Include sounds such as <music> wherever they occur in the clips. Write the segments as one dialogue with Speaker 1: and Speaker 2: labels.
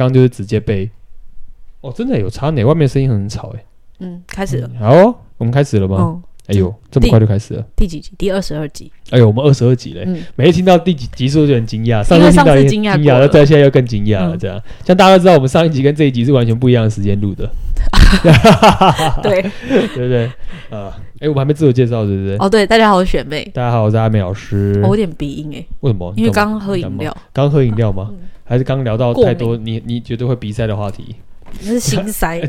Speaker 1: 刚刚就是直接被，哦，真的有差呢，外面声音很吵哎。
Speaker 2: 嗯，开始了，
Speaker 1: 好哦，我们开始了吗？
Speaker 2: 嗯，
Speaker 1: 哎呦，这么快就开始了！
Speaker 2: 第几集？第二十二集，
Speaker 1: 哎呦，我们二十二集嘞，
Speaker 2: 嗯，
Speaker 1: 每一听到第几集数就很惊讶，
Speaker 2: 因
Speaker 1: 次
Speaker 2: 为
Speaker 1: 听
Speaker 2: 上
Speaker 1: 到
Speaker 2: 次
Speaker 1: 也
Speaker 2: 惊
Speaker 1: 惊
Speaker 2: 讶过
Speaker 1: 讶
Speaker 2: 了
Speaker 1: 了，对，现在又更惊讶了。
Speaker 2: 嗯
Speaker 1: 这样，像大家都知道，我们上一集跟这一集是完全不一样的时间录
Speaker 2: <laughs>
Speaker 1: 的，啊
Speaker 2: 对，
Speaker 1: 对不对？啊，哎，我们还没自我介绍，对不对？
Speaker 2: 哦对，大家好，我是雪妹，
Speaker 1: 大家好，我是阿美老师
Speaker 2: 哦。我有点鼻音哎，
Speaker 1: 为什么？
Speaker 2: 因为
Speaker 1: 你干
Speaker 2: 刚
Speaker 1: 嘛
Speaker 2: 刚喝饮，
Speaker 1: 你干嘛
Speaker 2: 料，
Speaker 1: 刚喝饮料吗？
Speaker 2: 嗯
Speaker 1: 还是刚聊到
Speaker 2: 过
Speaker 1: 太多你你觉得会鼻塞的话
Speaker 2: <laughs>
Speaker 1: 题？
Speaker 2: 这是心
Speaker 1: <laughs>
Speaker 2: 塞，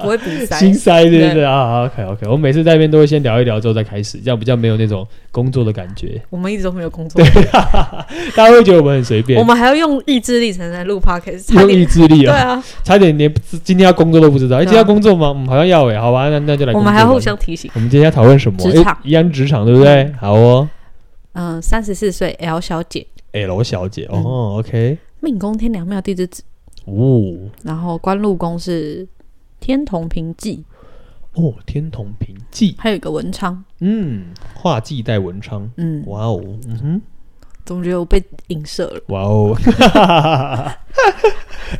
Speaker 2: 不会鼻塞，
Speaker 1: 心塞，对对
Speaker 2: 对
Speaker 1: 对啊，OK OK，我们每次在那边都会先聊一聊之后再开始，这样比较没有那种工作的感觉， <laughs>
Speaker 2: 我们一直都没有工作，
Speaker 1: 大家会觉得我们很随
Speaker 2: 我
Speaker 1: 便，
Speaker 2: 们还要用意志力才能录 podcast，差
Speaker 1: 用
Speaker 2: 点
Speaker 1: 意志力
Speaker 2: 对
Speaker 1: 啊，
Speaker 2: 啊，
Speaker 1: 差点连今天要工作都不知道，哎、
Speaker 2: 对啊
Speaker 1: 今天要工作吗？嗯，好像要诶、好吧，那那就来
Speaker 2: 我
Speaker 1: 工作吧。
Speaker 2: 们还要互相提醒。
Speaker 1: 我们今天要讨论什么？
Speaker 2: 职
Speaker 1: 诶
Speaker 2: 场
Speaker 1: 一样职场，对不对？好哦
Speaker 2: 嗯，三十四岁 L 小姐，
Speaker 1: ，L 小姐，哦、
Speaker 2: 嗯
Speaker 1: OK，
Speaker 2: 命宫天梁庙地支子，
Speaker 1: 哦
Speaker 2: 然后官禄宫是天同平忌，
Speaker 1: 哦，天同平济，
Speaker 2: 还有一个文昌，
Speaker 1: 嗯，画技带文昌，
Speaker 2: 嗯，
Speaker 1: 哇哦，嗯哼。
Speaker 2: 总觉得我被影射了。
Speaker 1: 哇
Speaker 2: <laughs>
Speaker 1: 哦！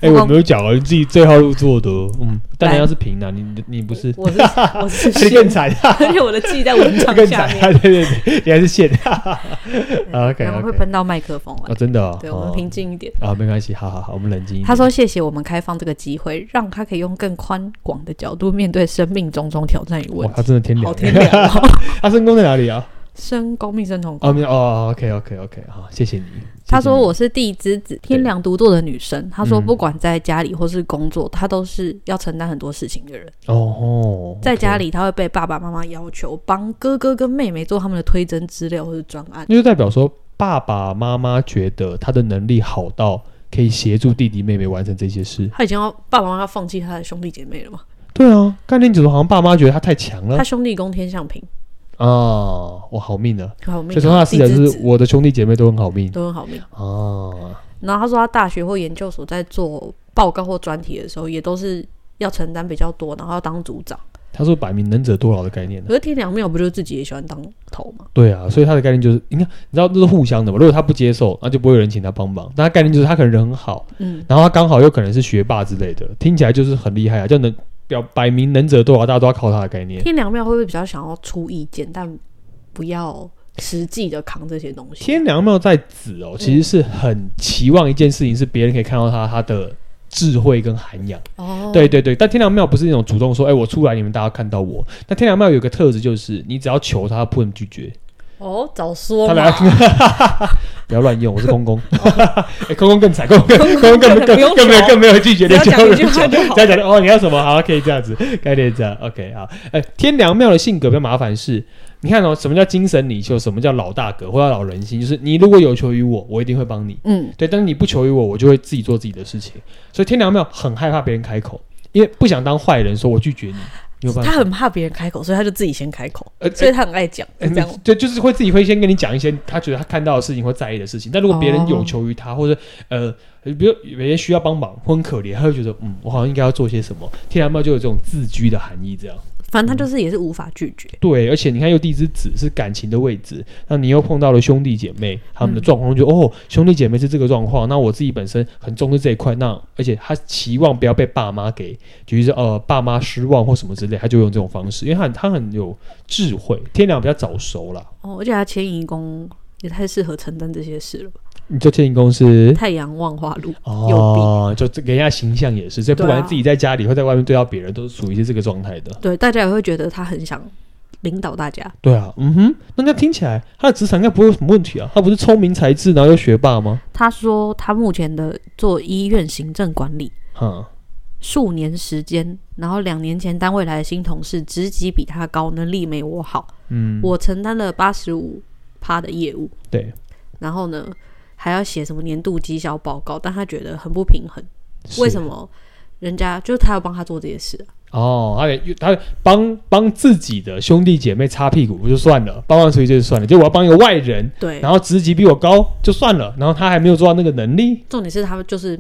Speaker 1: 哎、我没有讲啊，你自己最后入座的，嗯，当然要是平的、你你你不 <laughs> 是，
Speaker 2: 我是我是
Speaker 1: 你更惨，
Speaker 2: 而且我的记在文章
Speaker 1: 更
Speaker 2: 下
Speaker 1: 惨，
Speaker 2: 面，
Speaker 1: 对对对，你还是
Speaker 2: <laughs>
Speaker 1: 线，OK
Speaker 2: 然后会
Speaker 1: OK，
Speaker 2: 喷到麦克风
Speaker 1: 啊，
Speaker 2: 来。
Speaker 1: 真的、哦，
Speaker 2: 对，我们
Speaker 1: 哦
Speaker 2: 平静一点。
Speaker 1: 啊，没关系，好好好，我们冷静一点。
Speaker 2: 他说：“谢谢我们开放这个机会，让他可以用更宽广的角度面对生命种种挑战与
Speaker 1: 哇
Speaker 2: 问，
Speaker 1: 他
Speaker 2: 题。
Speaker 1: 真的天”
Speaker 2: 好
Speaker 1: 凉，
Speaker 2: 天亮哦！
Speaker 1: <laughs>
Speaker 2: <laughs>
Speaker 1: 他身宫在哪里啊？
Speaker 2: 身宫命生同宫。
Speaker 1: 哦，没有哦，OK OK OK，好，谢谢你。
Speaker 2: 他说：“
Speaker 1: 谢谢你
Speaker 2: 我是地支子天良独坐的女生。”他
Speaker 1: 嗯
Speaker 2: 说：“不管在家里或是工作，她都是要承担很多事情的人。
Speaker 1: 哦哦，
Speaker 2: 在家
Speaker 1: OK，
Speaker 2: 里，她会被爸爸妈妈要求帮哥哥跟妹妹做他们的推甄资料或是专案。
Speaker 1: 那就代表说爸爸妈妈觉得他的能力好到可以协助弟弟妹妹完成这些事。
Speaker 2: 她已经要爸爸妈妈放弃她的兄弟姐妹了嘛？
Speaker 1: 对啊，概念组好像爸妈觉得他太强了
Speaker 2: 她兄弟宫天相平，
Speaker 1: 啊，我好命啊！
Speaker 2: 好
Speaker 1: 所
Speaker 2: 命
Speaker 1: 以
Speaker 2: 啊，
Speaker 1: 从他的视
Speaker 2: 地
Speaker 1: 角就
Speaker 2: 支
Speaker 1: 是
Speaker 2: 子
Speaker 1: 我的兄弟姐妹都很好命
Speaker 2: 都很好命。
Speaker 1: 啊，
Speaker 2: 然后他说他大学或研究所在做报告或专题的时候，也都是要承担比较多，然后要当组长。
Speaker 1: 他说摆明能者多劳的概念呢、啊
Speaker 2: 可是天良庙不就是自己也喜欢当头吗？
Speaker 1: 对啊，所以他的概念就是，你看，你知道这是互相的嘛。如果他不接受，那就不会有人请他帮忙。但他概念就是他可能人很好，
Speaker 2: 嗯，
Speaker 1: 然后他刚好又可能是学霸之类的，听起来就是很厉害啊，就能表摆明能者多劳，大家都要靠他的概念。
Speaker 2: 天良庙会不会比较想要出意见，但不要实际的扛这些东西？
Speaker 1: 天良庙在子哦，其实是很期望一件事情是别人可以看到他他的智慧跟涵养。
Speaker 2: 哦，
Speaker 1: 对，对对，但天良庙不是那种主动说，哎、我出来你们大家看到我。那天良庙有一个特质就是，你只要求他，他不能拒绝，
Speaker 2: 哦，早说
Speaker 1: 他
Speaker 2: 嘛，
Speaker 1: 来 <laughs> 不要乱用。我是空空，
Speaker 2: 哦
Speaker 1: <laughs> 哎、空空更惨，空空更空空更
Speaker 2: 不用
Speaker 1: 更更没有
Speaker 2: 求
Speaker 1: 更没有拒绝
Speaker 2: 只
Speaker 1: 的
Speaker 2: 要
Speaker 1: 交
Speaker 2: 讲
Speaker 1: 流
Speaker 2: 一句话就好
Speaker 1: 这。样讲的哦，你要什么？好，可以这样子，哦概念这样，OK，好。哎、天良庙的性格比较麻烦是，你看哦，什么叫精神领袖，什么叫老大哥或者老人心，就是你如果有求于我，我一定会帮你。
Speaker 2: 嗯，
Speaker 1: 对，但是你不求于我，我就会自己做自己的事情。所以天良庙很害怕别人开口，因为不想当坏人，说我拒绝你，你有办法？
Speaker 2: 他很怕别人开口，所以他就自己先开口，
Speaker 1: 呃
Speaker 2: 所以他很爱讲，
Speaker 1: 呃
Speaker 2: 是这样吗。
Speaker 1: 对，就是会自己会先跟你讲一些他觉得他看到的事情或在意的事情，但如果别人有求于他，或者呃，比如有人需要帮忙或很可怜，他会觉得嗯，我好像应该要做些什么。天然庙就有这种自居的含义，这样
Speaker 2: 反正他就是也是无法拒绝。
Speaker 1: 对。而且你看，又地支子是感情的位置，那你又碰到了兄弟姐妹他们的状况，就觉得哦，兄弟姐妹是这个状况，那我自己本身很重视这一块，那而且他期望不要被爸妈给，就是呃爸妈失望或什么之类，他就用这种方式，因为他很他很有智慧，天良比较早熟啦。
Speaker 2: 哦，而且他迁移宫也太适合承担这些事了吧？
Speaker 1: 你就建议公司
Speaker 2: 太阳万花路，
Speaker 1: 哦，就这给人家形象也是，所以不
Speaker 2: 对啊
Speaker 1: 管自己在家里或在外面对到别人，都是属于是这个状态的。
Speaker 2: 对，大家也会觉得他很想领导大家。
Speaker 1: 对啊，嗯哼，那这样听起来他的职场应该不会有什么问题啊？他不是聪明才智，然后又学霸吗？
Speaker 2: 他说他目前的做医院行政管理
Speaker 1: 哈、
Speaker 2: 数年时间，然后两年前单位来的新同事，职级比他高，能力没我好，
Speaker 1: 嗯，
Speaker 2: 我承担了八十五趴的业务，
Speaker 1: 对，
Speaker 2: 然后呢还要写什么年度绩效报告，但他觉得很不平衡，为什
Speaker 1: 么？
Speaker 2: 么？人家就是他要帮他做这些事，啊
Speaker 1: 哦，他得他帮帮自己的兄弟姐妹擦屁股，我就算了，帮完出去就算了，结果我要帮一个外人，
Speaker 2: 对
Speaker 1: 然，后职级比我高就算了，然后他还没有做到那个能力，
Speaker 2: 重点是他就是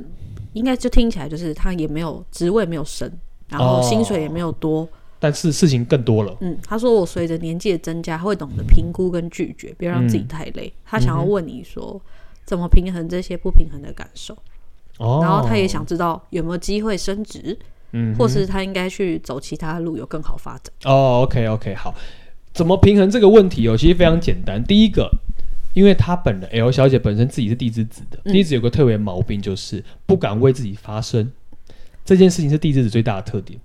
Speaker 2: 应该就听起来就是他也没有职位没有升，然后
Speaker 1: 哦
Speaker 2: 薪水也没有多，
Speaker 1: 但是事情更多了。
Speaker 2: 嗯，他说我随着年纪的增加，会懂得评估跟拒绝，嗯不要让自己太累。他想要问你说、怎么平衡这些不平衡的感受。
Speaker 1: 哦，
Speaker 2: 然后他也想知道有没有机会升职，
Speaker 1: 嗯哼，
Speaker 2: 或是他应该去走其他路有更好发展。
Speaker 1: 哦，OK OK，好，怎么平衡这个问题哦？其实非常简
Speaker 2: 嗯
Speaker 1: 单，第一个。因为她本人 L 小姐本身自己是地支子的，
Speaker 2: 嗯
Speaker 1: 地支子有个特别毛病，就是不敢为自己发声，这件事情是地支子最大的特点。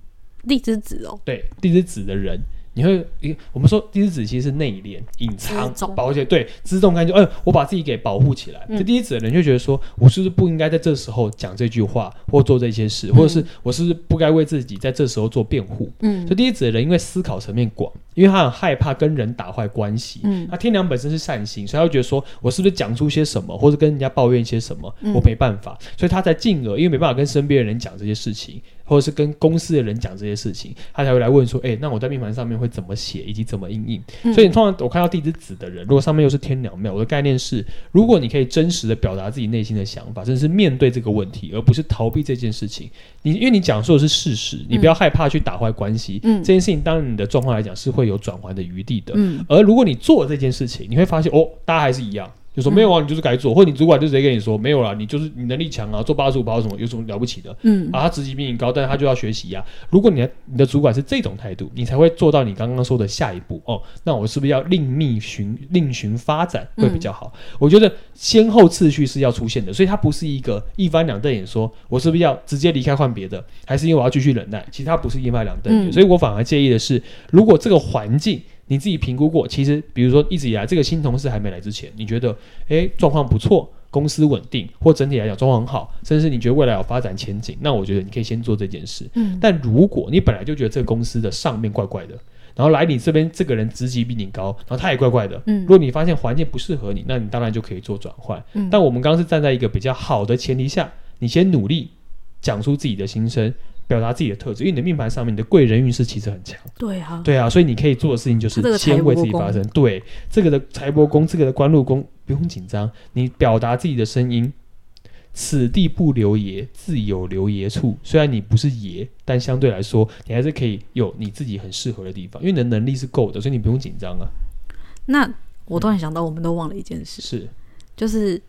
Speaker 2: 荔枝子哦，
Speaker 1: 对地支子的人，你会，诶我们说地支子其实是内敛、隐藏
Speaker 2: 自重、
Speaker 1: 保险，对，自动感觉，哎、我把自己给保护起来。
Speaker 2: 嗯
Speaker 1: 这地支子的人就觉得说，我是不是不应该在这时候讲这句话，或做这些事，或者是我是不是不该为自己在这时候做辩护？
Speaker 2: 嗯
Speaker 1: 所以地支子的人因为思考层面广，因为他很害怕跟人打坏关系。
Speaker 2: 嗯
Speaker 1: 那天良本身是善心，所以他会觉得说，我是不是讲出些什么，或者跟人家抱怨些什么，
Speaker 2: 嗯
Speaker 1: 我没办法，所以他才进而因为没办法跟身边的人讲这些事情，或者是跟公司的人讲这些事情，他才会来问说，哎、那我在命盘上面会怎么写，以及怎么应应。
Speaker 2: 嗯
Speaker 1: 所以通常我看到地支子的人，如果上面又是天良庙，我的概念是，如果你可以真实的表达自己内心的想法，甚至是面对这个问题，而不是逃避这件事情，你因为你讲述的是事实，你不要害怕去打坏关系。
Speaker 2: 嗯
Speaker 1: 这件事情当然你的状况来讲是会有转圜的余地的。
Speaker 2: 嗯
Speaker 1: 而如果你做了这件事情，你会发现哦，大家还是一样，就说没有啊，你就是该
Speaker 2: 嗯
Speaker 1: 做，或者你主管就直接跟你说没有啊啦，你就是你能力强啊，做八十五包什么有什么了不起的
Speaker 2: 嗯
Speaker 1: 啊？他职级比你高，但是他就要学习呀、如果你的你的主管是这种态度，你才会做到你刚刚说的下一步哦。那我是不是要另觅寻另寻发展会比较好？我觉得先后次序是要出现的，所以它不是一个一翻两瞪眼说，我是不是要直接离开换别的，还是因为我要继续忍耐？其实它不是一翻两瞪眼，
Speaker 2: 嗯
Speaker 1: 所以我反而建议的是，如果这个环境你自己评估过，其实比如说一直以来这个新同事还没来之前，你觉得诶状况不错。公司稳定，或整体来讲状况很好，甚至你觉得未来有发展前景，那我觉得你可以先做这件事。
Speaker 2: 嗯
Speaker 1: 但如果你本来就觉得这个公司的上面怪怪的，然后来你这边这个人职级比你高，然后他也怪怪的，
Speaker 2: 嗯
Speaker 1: 如果你发现环境不适合你，那你当然就可以做转换。
Speaker 2: 嗯
Speaker 1: 但我们刚刚是站在一个比较好的前提下，你先努力讲出自己的心声，表达自己的特质，因为你的命盘上面你的贵人运势其实很强。
Speaker 2: 对啊，
Speaker 1: 对啊，所以你可以做的事情就
Speaker 2: 他这
Speaker 1: 是
Speaker 2: 个
Speaker 1: 先
Speaker 2: 财
Speaker 1: 为
Speaker 2: 帛
Speaker 1: 自己发
Speaker 2: 宫
Speaker 1: 声。对，这个的财帛宫，这个的官禄宫，不用紧张，你表达自己的声音。此地不留爷，自有留爷处。虽然你不是爷，但相对来说，你还是可以有你自己很适合的地方，因为你的能力是够的，所以你不用紧张啊。
Speaker 2: 那我突然想到，我们都忘了一件事，
Speaker 1: 是
Speaker 2: 就是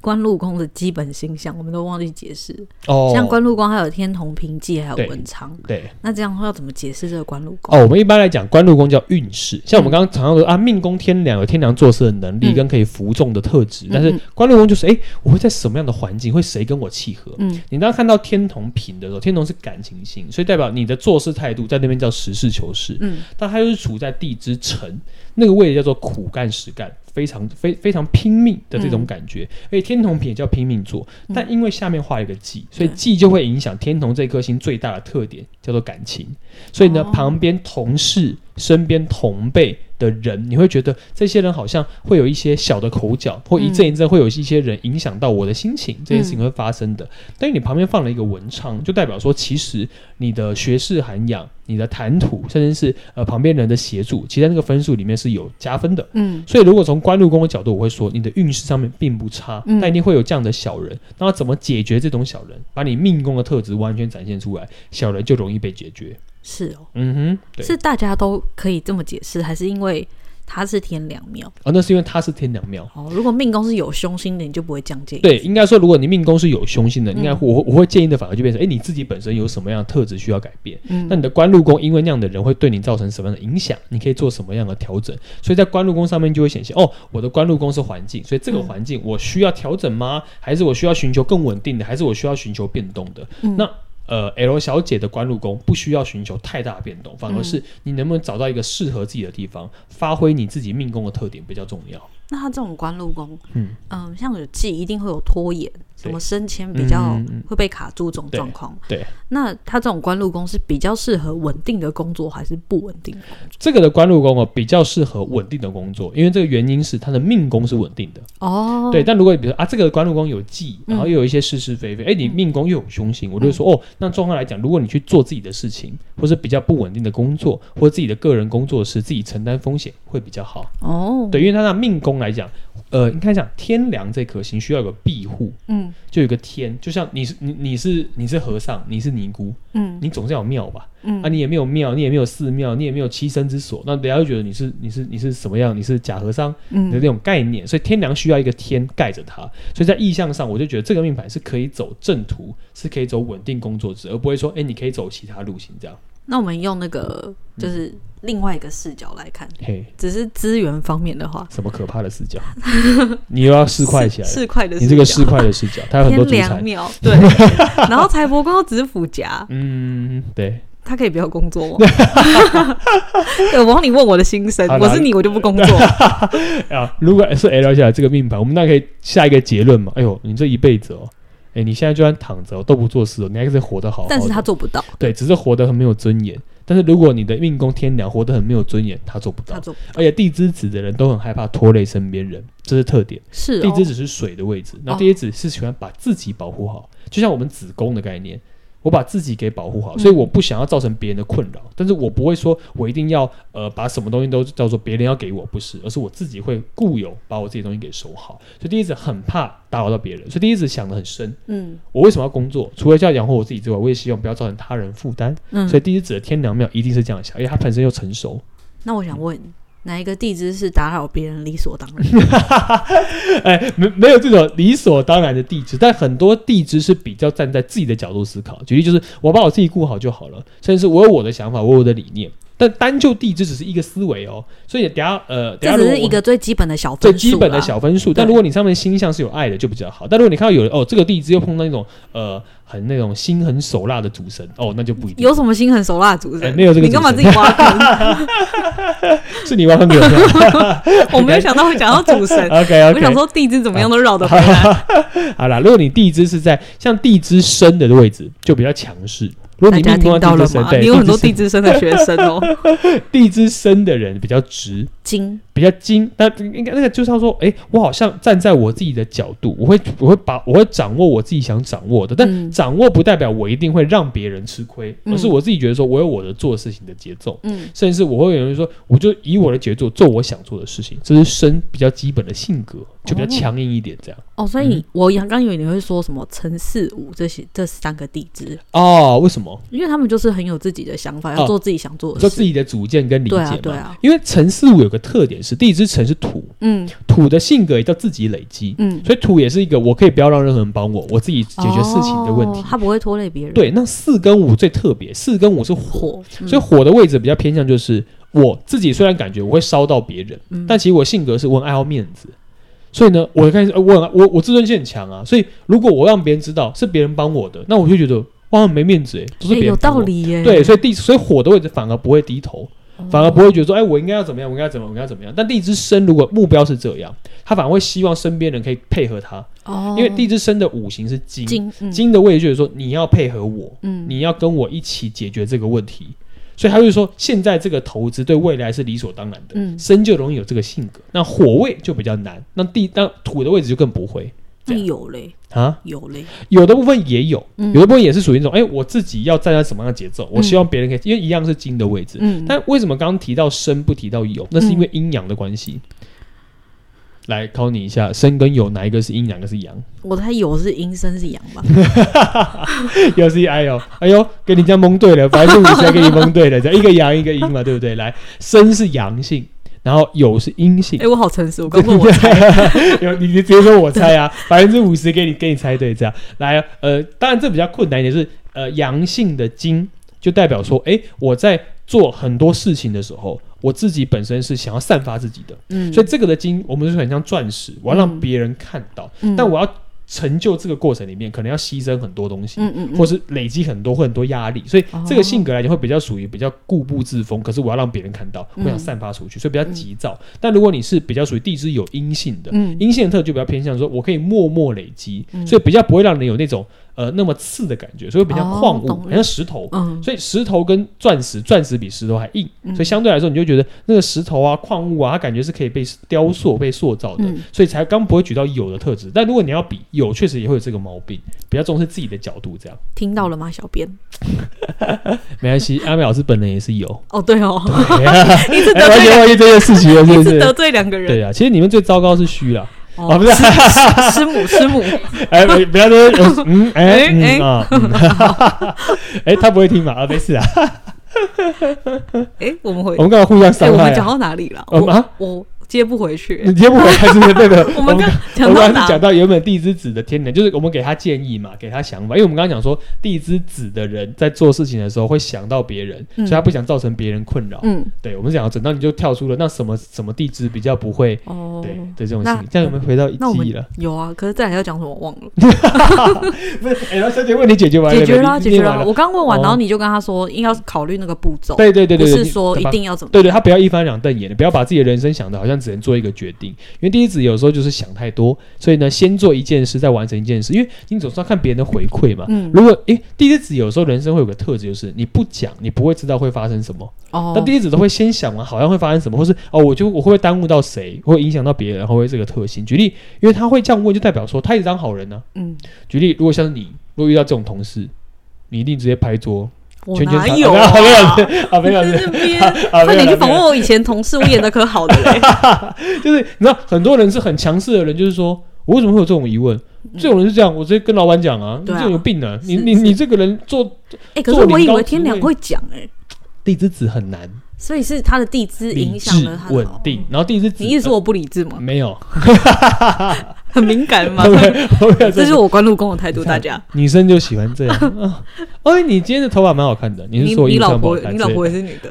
Speaker 2: 关禄宫的基本星象，我们都忘记解释。
Speaker 1: 哦，
Speaker 2: 像关禄宫还有天同、平忌，还有
Speaker 1: 对
Speaker 2: 文昌，
Speaker 1: 对
Speaker 2: 那这样要怎么解释这个关禄宫？
Speaker 1: 哦，我们一般来讲，官禄宫叫运势，像我们刚刚常常说啊，命宫天梁有天梁做事的能力
Speaker 2: 嗯
Speaker 1: 跟可以服众的特质，但是
Speaker 2: 嗯嗯
Speaker 1: 官禄宫就是哎、诶我会在什么样的环境，会谁跟我契合？
Speaker 2: 嗯
Speaker 1: 你当看到天同平的时候，天同是感情性，所以代表你的做事态度在那边叫实事求是。
Speaker 2: 嗯
Speaker 1: 但它又是处在地之城那个位置，叫做苦干实干，非常非非常拼命的这种感觉。而且天同平也叫拼命做，
Speaker 2: 嗯
Speaker 1: 但因为下面画一个忌，所以
Speaker 2: 对
Speaker 1: 忌就会影响天同这颗星最大的特点，叫做感情。所以呢，
Speaker 2: 哦
Speaker 1: 旁边同事、身边同辈。的人，你会觉得这些人好像会有一些小的口角，或一阵一阵会有一些人影响到我的心
Speaker 2: 嗯
Speaker 1: 情，这件事情会发生的。但是你旁边放了一个文昌，就代表说，其实你的学识涵养、你的谈吐，甚至是呃旁边人的协助，其实在那个分数里面是有加分的。
Speaker 2: 嗯
Speaker 1: 所以，如果从官禄宫的角度，我会说你的运势上面并不差，
Speaker 2: 嗯
Speaker 1: 但一定会有这样的小人。那怎么解决这种小人？把你命宫的特质完全展现出来，小人就容易被解决。
Speaker 2: 是哦，
Speaker 1: 嗯哼，对。
Speaker 2: 是大家都可以这么解释，还是因为它是天良庙？
Speaker 1: 啊，那是因为他是天梁庙。
Speaker 2: 哦，如果命宫是有凶星的，你就不会降阶。
Speaker 1: 对，应该说，如果你命宫是有凶性的，应该
Speaker 2: 嗯
Speaker 1: 我会我会建议的反而就变成，哎、你自己本身有什么样的特质需要改变？
Speaker 2: 嗯，
Speaker 1: 那你的官禄宫因为那样的人会对你造成什么样的影响？你可以做什么样的调整？所以在官禄宫上面就会显现哦，我的官禄宫是环境，所以这个
Speaker 2: 嗯
Speaker 1: 环境我需要调整吗？还是我需要寻求更稳定的？还是我需要寻求变动的？
Speaker 2: 嗯
Speaker 1: 那呃，L 小姐的官禄宫不需要寻求太大的变动，
Speaker 2: 嗯
Speaker 1: 反而是你能不能找到一个适合自己的地方，发挥你自己命宫的特点比较重要。
Speaker 2: 那它这种官禄宫，
Speaker 1: 嗯
Speaker 2: 嗯，像有忌一定会有拖延，什么升迁比
Speaker 1: 嗯
Speaker 2: 较
Speaker 1: 嗯嗯
Speaker 2: 会被卡住这种状况。
Speaker 1: 对，
Speaker 2: 那它这种官禄宫是比较适合稳定的工作，还是不稳定的工作？
Speaker 1: 这个的官禄宫哦比较适合稳定的工作，因为这个原因是它的命宫是稳定的。
Speaker 2: 哦，
Speaker 1: 对，，但如果比如说啊，这个官禄宫有忌，
Speaker 2: 嗯
Speaker 1: 然后又有一些是是非非，哎、你命宫又有凶星，我就会说、哦，那状况来讲，如果你去做自己的事情，或是比较不稳定的工作，或自己的个人工作时，自己承担风险会比较好。
Speaker 2: 哦，
Speaker 1: 对，因为他那命宫来讲，呃，应该讲天良这颗星需要有个庇护，
Speaker 2: 嗯
Speaker 1: 就有个天，就像你是你你是你是和尚，你是尼姑，
Speaker 2: 嗯
Speaker 1: 你总是要有庙吧？
Speaker 2: 嗯
Speaker 1: 啊，你也没有庙，你也没有寺庙，你也没有栖身之所，那人家就觉得你是你是你是什么样？你是假和尚的那
Speaker 2: 嗯
Speaker 1: 种概念，所以天良需要一个天盖着它，所以在意向上，我就觉得这个命盘是可以走正途，是可以走稳定工作制，而不会说，哎、你可以走其他路线这样。
Speaker 2: 那我们用那个就是另外一个视角来看，
Speaker 1: 嘿，
Speaker 2: 只是资源方面的话，
Speaker 1: 什么可怕的视
Speaker 2: <laughs>
Speaker 1: 角？你又要市侩嗯起来了，
Speaker 2: 四块的
Speaker 1: 你这个
Speaker 2: 视
Speaker 1: 市
Speaker 2: 角
Speaker 1: 侩的视角，它有很多
Speaker 2: 天
Speaker 1: 主材
Speaker 2: 良。秒，
Speaker 1: <laughs>
Speaker 2: 对。然后财帛宫又只是附加，
Speaker 1: 嗯，对，
Speaker 2: 他可以不要
Speaker 1: <laughs>
Speaker 2: 工作吗？哦 <laughs> 对，我让你问我的心声
Speaker 1: 好，啦
Speaker 2: 我是你，我就不工作。
Speaker 1: 啊，如果是 L 下来这个命盘，我们那可以下一个结论嘛？哎呦，你这一辈子哦，哎，你现在就算躺着、哦、都不做事、哦，你还是活得好好的。
Speaker 2: 但是他做不到，
Speaker 1: 对，只是活得很没有尊严。但是如果你的命宫天良活得很没有尊严，他做不
Speaker 2: 他
Speaker 1: 到。
Speaker 2: 做不
Speaker 1: 而且地支子的人都很害怕拖累身边人，这是特点。
Speaker 2: 是
Speaker 1: 地
Speaker 2: 哦
Speaker 1: 支，子是水的位置，那
Speaker 2: 哦
Speaker 1: 地支子是喜欢把自己保护好，就像我们子宫的概念，我把自己给保护好，
Speaker 2: 嗯
Speaker 1: 所以我不想要造成别人的困扰，但是我不会说我一定要呃把什么东西都叫做别人要给我，不是，而是我自己会固有把我自己的东西给守好，所以地支子很怕打扰到别人，所以地支子想得很深，
Speaker 2: 嗯
Speaker 1: 我为什么要工作？除了要养活我自己之外，我也希望不要造成他人负担，
Speaker 2: 嗯
Speaker 1: 所以。地支子的天良庙一定是这样想，因为它本身又成熟，
Speaker 2: 那我想问，哪一个地支是打扰别人理所当然？
Speaker 1: 哎，没没有这种理所当然的地支，但很多地支是比较站在自己的角度思考。举例就是，我把我自己顾好就好了，甚至是我有我的想法，我有我的理念。但单就地支只是一个思维哦，所以等下呃， <laughs> 等
Speaker 2: 这
Speaker 1: 下
Speaker 2: 只
Speaker 1: 如果
Speaker 2: 是一个最基本的小
Speaker 1: 最
Speaker 2: 分数啦
Speaker 1: 基本的小分数。但
Speaker 2: 对
Speaker 1: 如果你上面星象是有爱的，就比较好。但如果你看到有人哦，这个地支又碰到那种呃很那种心狠手辣的主神哦，那就不一定
Speaker 2: 有什么心狠手辣的主
Speaker 1: 哎
Speaker 2: 人？
Speaker 1: 没有这个
Speaker 2: 你干嘛
Speaker 1: 主
Speaker 2: 自
Speaker 1: 持
Speaker 2: 己挖
Speaker 1: <laughs>
Speaker 2: 坑？
Speaker 1: 是你挖坑给我跳。
Speaker 2: 我没有想到会讲到
Speaker 1: <laughs>
Speaker 2: 主神，
Speaker 1: OK
Speaker 2: 我想
Speaker 1: OK，
Speaker 2: 说地支怎么样都绕得回来。
Speaker 1: <laughs> 好啦，如果你地支是在像地支生的位置，就比较强势。如果
Speaker 2: 大
Speaker 1: 你
Speaker 2: 家
Speaker 1: 命
Speaker 2: 听
Speaker 1: 宫在
Speaker 2: 到
Speaker 1: 地
Speaker 2: 了
Speaker 1: 支生，
Speaker 2: 吗？
Speaker 1: 对，
Speaker 2: 你有很多
Speaker 1: 支
Speaker 2: 地支生的学生
Speaker 1: <laughs>
Speaker 2: 哦，
Speaker 1: 地支生的人比较直，
Speaker 2: 金
Speaker 1: 比较精。那应该那个就是要说，诶，我好像站在我自己的角度，我会我会把我会掌握我自己想掌握的，但
Speaker 2: 嗯
Speaker 1: 掌握不代表我一定会让别人吃亏，
Speaker 2: 嗯
Speaker 1: 而是我自己觉得说我有我的做事情的节奏。
Speaker 2: 嗯
Speaker 1: 甚至是我会有人说，我就以我的节奏做我想做的事情，这是生比较基本的性格，就比较
Speaker 2: 哦
Speaker 1: 强硬一点这样。
Speaker 2: 哦，所以
Speaker 1: 嗯
Speaker 2: 你我刚刚以为你会说什么陈四五这些这三个地支，
Speaker 1: 哦，为什么？
Speaker 2: 因为他们就是很有自己的想法，
Speaker 1: 哦
Speaker 2: 要做自己想做
Speaker 1: 就
Speaker 2: 的
Speaker 1: 自
Speaker 2: 事。
Speaker 1: 己的主见跟理解
Speaker 2: 对
Speaker 1: 嘛。
Speaker 2: 啊对啊
Speaker 1: 因为辰四五有个特点是，地支辰是土，
Speaker 2: 嗯
Speaker 1: 土的性格也叫自己累积，
Speaker 2: 嗯，
Speaker 1: 所以土也是一个我可以不要让任何人帮我，我自己解决事情的问题
Speaker 2: 哦。他不会拖累别人。
Speaker 1: 对，那四跟五最特别，四跟五是火，
Speaker 2: 火，嗯
Speaker 1: 所以火的位置比较偏向就是我自己，虽然感觉我会烧到别人，
Speaker 2: 嗯
Speaker 1: 但其实我性格是我很爱好面子。所以呢，我开始呃我很我我自尊心很强啊，所以如果我让别人知道是别人帮我的，那我就觉得哇很没面子哎、都是
Speaker 2: 哎
Speaker 1: 别人
Speaker 2: 有
Speaker 1: 帮
Speaker 2: 道
Speaker 1: 我
Speaker 2: 理耶。
Speaker 1: 对，所以地所以火的位置反而不会低头，
Speaker 2: 哦
Speaker 1: 反而不会觉得说，哎，我应该要怎么样，我应该要怎么样，我应该要怎么样。但地支生如果目标是这样，他反而会希望身边人可以配合他，
Speaker 2: 哦，
Speaker 1: 因为地支生的五行是金，
Speaker 2: 金嗯
Speaker 1: 金的位置就是说你要配合我，
Speaker 2: 嗯
Speaker 1: 你要跟我一起解决这个问题。所以他就说，现在这个投资对未来是理所当然的。
Speaker 2: 嗯，
Speaker 1: 生就容易有这个性格，那火位就比较难，那地那土的位置就更不会这
Speaker 2: 那
Speaker 1: 样
Speaker 2: 有嘞
Speaker 1: 啊。
Speaker 2: 有嘞，
Speaker 1: 有的部分也有，
Speaker 2: 嗯
Speaker 1: 有的部分也是属于那种，哎、我自己要站在什么样的节奏，我希望别人可以，因为一样是金的位置。
Speaker 2: 嗯，
Speaker 1: 但为什么刚刚提到生不提到酉？那是因为阴阳的关系。来考你一下，生跟酉哪一个是阴，哪一个是阳？ <laughs>
Speaker 2: 我猜有是阴生是阳吧？
Speaker 1: 又是一哎呦，哎呦，给你这样蒙对了，白鹿你才给你蒙对了，这样一个阳一个阴嘛，对不对？来，生是阳性，然后酉是阴性 <laughs>
Speaker 2: 哎，。我好诚实，我刚问我
Speaker 1: 有你你直接说我猜啊，百分之五十给你给你猜对，这样来呃，当然这比较困难一点是呃阳性的金就代表说，诶，我在做很多事情的时候，我自己本身是想要散发自己的，
Speaker 2: 嗯，
Speaker 1: 所以这个的金我们就很像钻石，我要让
Speaker 2: 嗯
Speaker 1: 别人看到，
Speaker 2: 嗯
Speaker 1: 但我要成就这个过程里面，可能要牺牲很多东西。
Speaker 2: 嗯嗯嗯哦
Speaker 1: 或是累积很多或很多压力，所以这个性格来讲会比较属于比较固步自封，可是我要让别人看到，我
Speaker 2: 嗯
Speaker 1: 想散发出去，所以比较急躁。但如果你是比较属于地支有阴性的，
Speaker 2: 嗯
Speaker 1: 阴性的特质就比较偏向说我可以默默累积，
Speaker 2: 嗯
Speaker 1: 所以比较不会让人有那种呃那么刺的感觉，所以比较
Speaker 2: 哦
Speaker 1: 矿物，
Speaker 2: 懂
Speaker 1: 很像石头。
Speaker 2: 嗯
Speaker 1: 所以石头跟钻石，钻石比石头还硬，
Speaker 2: 嗯
Speaker 1: 所以相对来说，你就觉得那个石头啊、矿物啊，它感觉是可以被雕塑、被塑造的，
Speaker 2: 嗯
Speaker 1: 所以才刚不会举到有的特质。但如果你要比有，确实也会有这个毛病，比较重视自己的角度这样。
Speaker 2: 听到了吗，小编？
Speaker 1: 没关
Speaker 2: <laughs>
Speaker 1: 系，阿美老师本人也是有，
Speaker 2: 哦，对
Speaker 1: <laughs>
Speaker 2: 哦，
Speaker 1: 哎
Speaker 2: 一直得
Speaker 1: 完
Speaker 2: 罪
Speaker 1: 全
Speaker 2: 两，
Speaker 1: 哎忘记这件事情了，是
Speaker 2: 一
Speaker 1: 不
Speaker 2: 直
Speaker 1: 是哎
Speaker 2: 得？罪两个人。
Speaker 1: 对啊，其实你们最糟糕是虚啦，
Speaker 2: 哦
Speaker 1: 啊，
Speaker 2: <laughs>
Speaker 1: 不是， <laughs>
Speaker 2: 师母师母，
Speaker 1: 哎，不不要说，嗯，哎，
Speaker 2: 哎哎
Speaker 1: 嗯啊，嗯 <laughs> 哎，他不会听吧？啊，没事
Speaker 2: <laughs>
Speaker 1: 啊，
Speaker 2: 哎，我们回
Speaker 1: 我，们干嘛互相
Speaker 2: 哎，
Speaker 1: 伤
Speaker 2: 我
Speaker 1: 害
Speaker 2: 们讲
Speaker 1: 啊？
Speaker 2: 到哪里了？
Speaker 1: 我们
Speaker 2: 我
Speaker 1: 啊
Speaker 2: 我接不回去，
Speaker 1: <laughs> 你接不回来是不
Speaker 2: <laughs>
Speaker 1: 是？对的，
Speaker 2: 我
Speaker 1: 我
Speaker 2: 们
Speaker 1: 们 <laughs>
Speaker 2: 刚
Speaker 1: 我们刚
Speaker 2: 讲到
Speaker 1: 刚
Speaker 2: 哪？
Speaker 1: 是讲到原本地之子的天能，就是我们给他建议嘛，给他想法。因为我们刚刚讲说，地之子的人在做事情的时候会想到别人，所
Speaker 2: 嗯
Speaker 1: 以他不想造成别人困扰。
Speaker 2: 嗯，
Speaker 1: 对，我们讲到整到你就跳出了，那什么什么地支比较不会
Speaker 2: 哦
Speaker 1: 对，对这种
Speaker 2: 那
Speaker 1: 事情，这样有没有回到
Speaker 2: 那我们
Speaker 1: 记忆了？ <laughs>
Speaker 2: 有啊，可是再来要讲什么忘了，
Speaker 1: 不是，哎，那小姐问题解决完了没，
Speaker 2: 解决了，
Speaker 1: 你
Speaker 2: 解
Speaker 1: 念
Speaker 2: 决
Speaker 1: 完
Speaker 2: 了。。我刚问完，
Speaker 1: 哦
Speaker 2: 然后你就跟他说，应该要考虑那个步骤，
Speaker 1: 对对对
Speaker 2: 不
Speaker 1: 对对，
Speaker 2: 是
Speaker 1: 你
Speaker 2: 说
Speaker 1: 怎
Speaker 2: 一
Speaker 1: 么
Speaker 2: 定要怎么。
Speaker 1: 对对，他不要一翻两瞪眼，不要把自己的人生想的好像只能做一个决定，因为第一子有时候就是想太多，所以呢，先做一件事，再完成一件事，因为你总是要看别人的回馈嘛。
Speaker 2: 嗯，
Speaker 1: 如果诶，第一子有时候人生会有个特质，就是你不讲，你不会知道会发生什么。
Speaker 2: 哦
Speaker 1: 但第一子都会先想完，好像会发生什么，或是哦，我就我会不会耽误到谁，会影响到别人，会不会这个特性。举例，因为他会这样问，就代表说他也是当好人呢、
Speaker 2: 嗯，
Speaker 1: 举例，如果像是你，如果遇到这种同事，你一定直接拍桌，
Speaker 2: 我
Speaker 1: 全全
Speaker 2: 哪
Speaker 1: 查
Speaker 2: 有 <laughs> 啊？
Speaker 1: 啊没有啊， <laughs> 没有， <laughs> 没有
Speaker 2: 在那边，
Speaker 1: 啊，
Speaker 2: 快
Speaker 1: 没有
Speaker 2: 点去
Speaker 1: 啦
Speaker 2: 访
Speaker 1: 没有
Speaker 2: 问我以前同事，我演的可好的嘞。
Speaker 1: 就是你知道，很多人是很强势的人，就是说我为什么会有这种疑问？这种人是这样，我直接跟老板讲啊，你
Speaker 2: 嗯对啊
Speaker 1: 这种有病啊！你
Speaker 2: 是
Speaker 1: 你
Speaker 2: 是
Speaker 1: 你这个人做
Speaker 2: 哎，可是
Speaker 1: 做
Speaker 2: 我
Speaker 1: 领
Speaker 2: 以
Speaker 1: 导
Speaker 2: 为
Speaker 1: 职
Speaker 2: 天良
Speaker 1: 位
Speaker 2: 会讲哎，
Speaker 1: 地之子很难，
Speaker 2: 所以是他的地支
Speaker 1: 理
Speaker 2: 影
Speaker 1: 智
Speaker 2: 响了他的
Speaker 1: 稳定。。然后地之
Speaker 2: 哦
Speaker 1: 子，
Speaker 2: 你意思说我不理智吗
Speaker 1: 呃？没
Speaker 2: <laughs>
Speaker 1: 有，
Speaker 2: 很敏感
Speaker 1: <laughs>
Speaker 2: 吗
Speaker 1: 后？
Speaker 2: <laughs>
Speaker 1: 面后面
Speaker 2: 这是我关路工的态度，
Speaker 1: 这
Speaker 2: 大
Speaker 1: 样
Speaker 2: 家。
Speaker 1: 女生就喜欢
Speaker 2: <laughs>
Speaker 1: 这样。啊哎，你今天的头发蛮好看的， <laughs> 你
Speaker 2: 你
Speaker 1: 是说
Speaker 2: 你
Speaker 1: 印
Speaker 2: 老
Speaker 1: 象不好
Speaker 2: 婆，
Speaker 1: 看？
Speaker 2: 你老婆也是女
Speaker 1: <laughs>
Speaker 2: 的，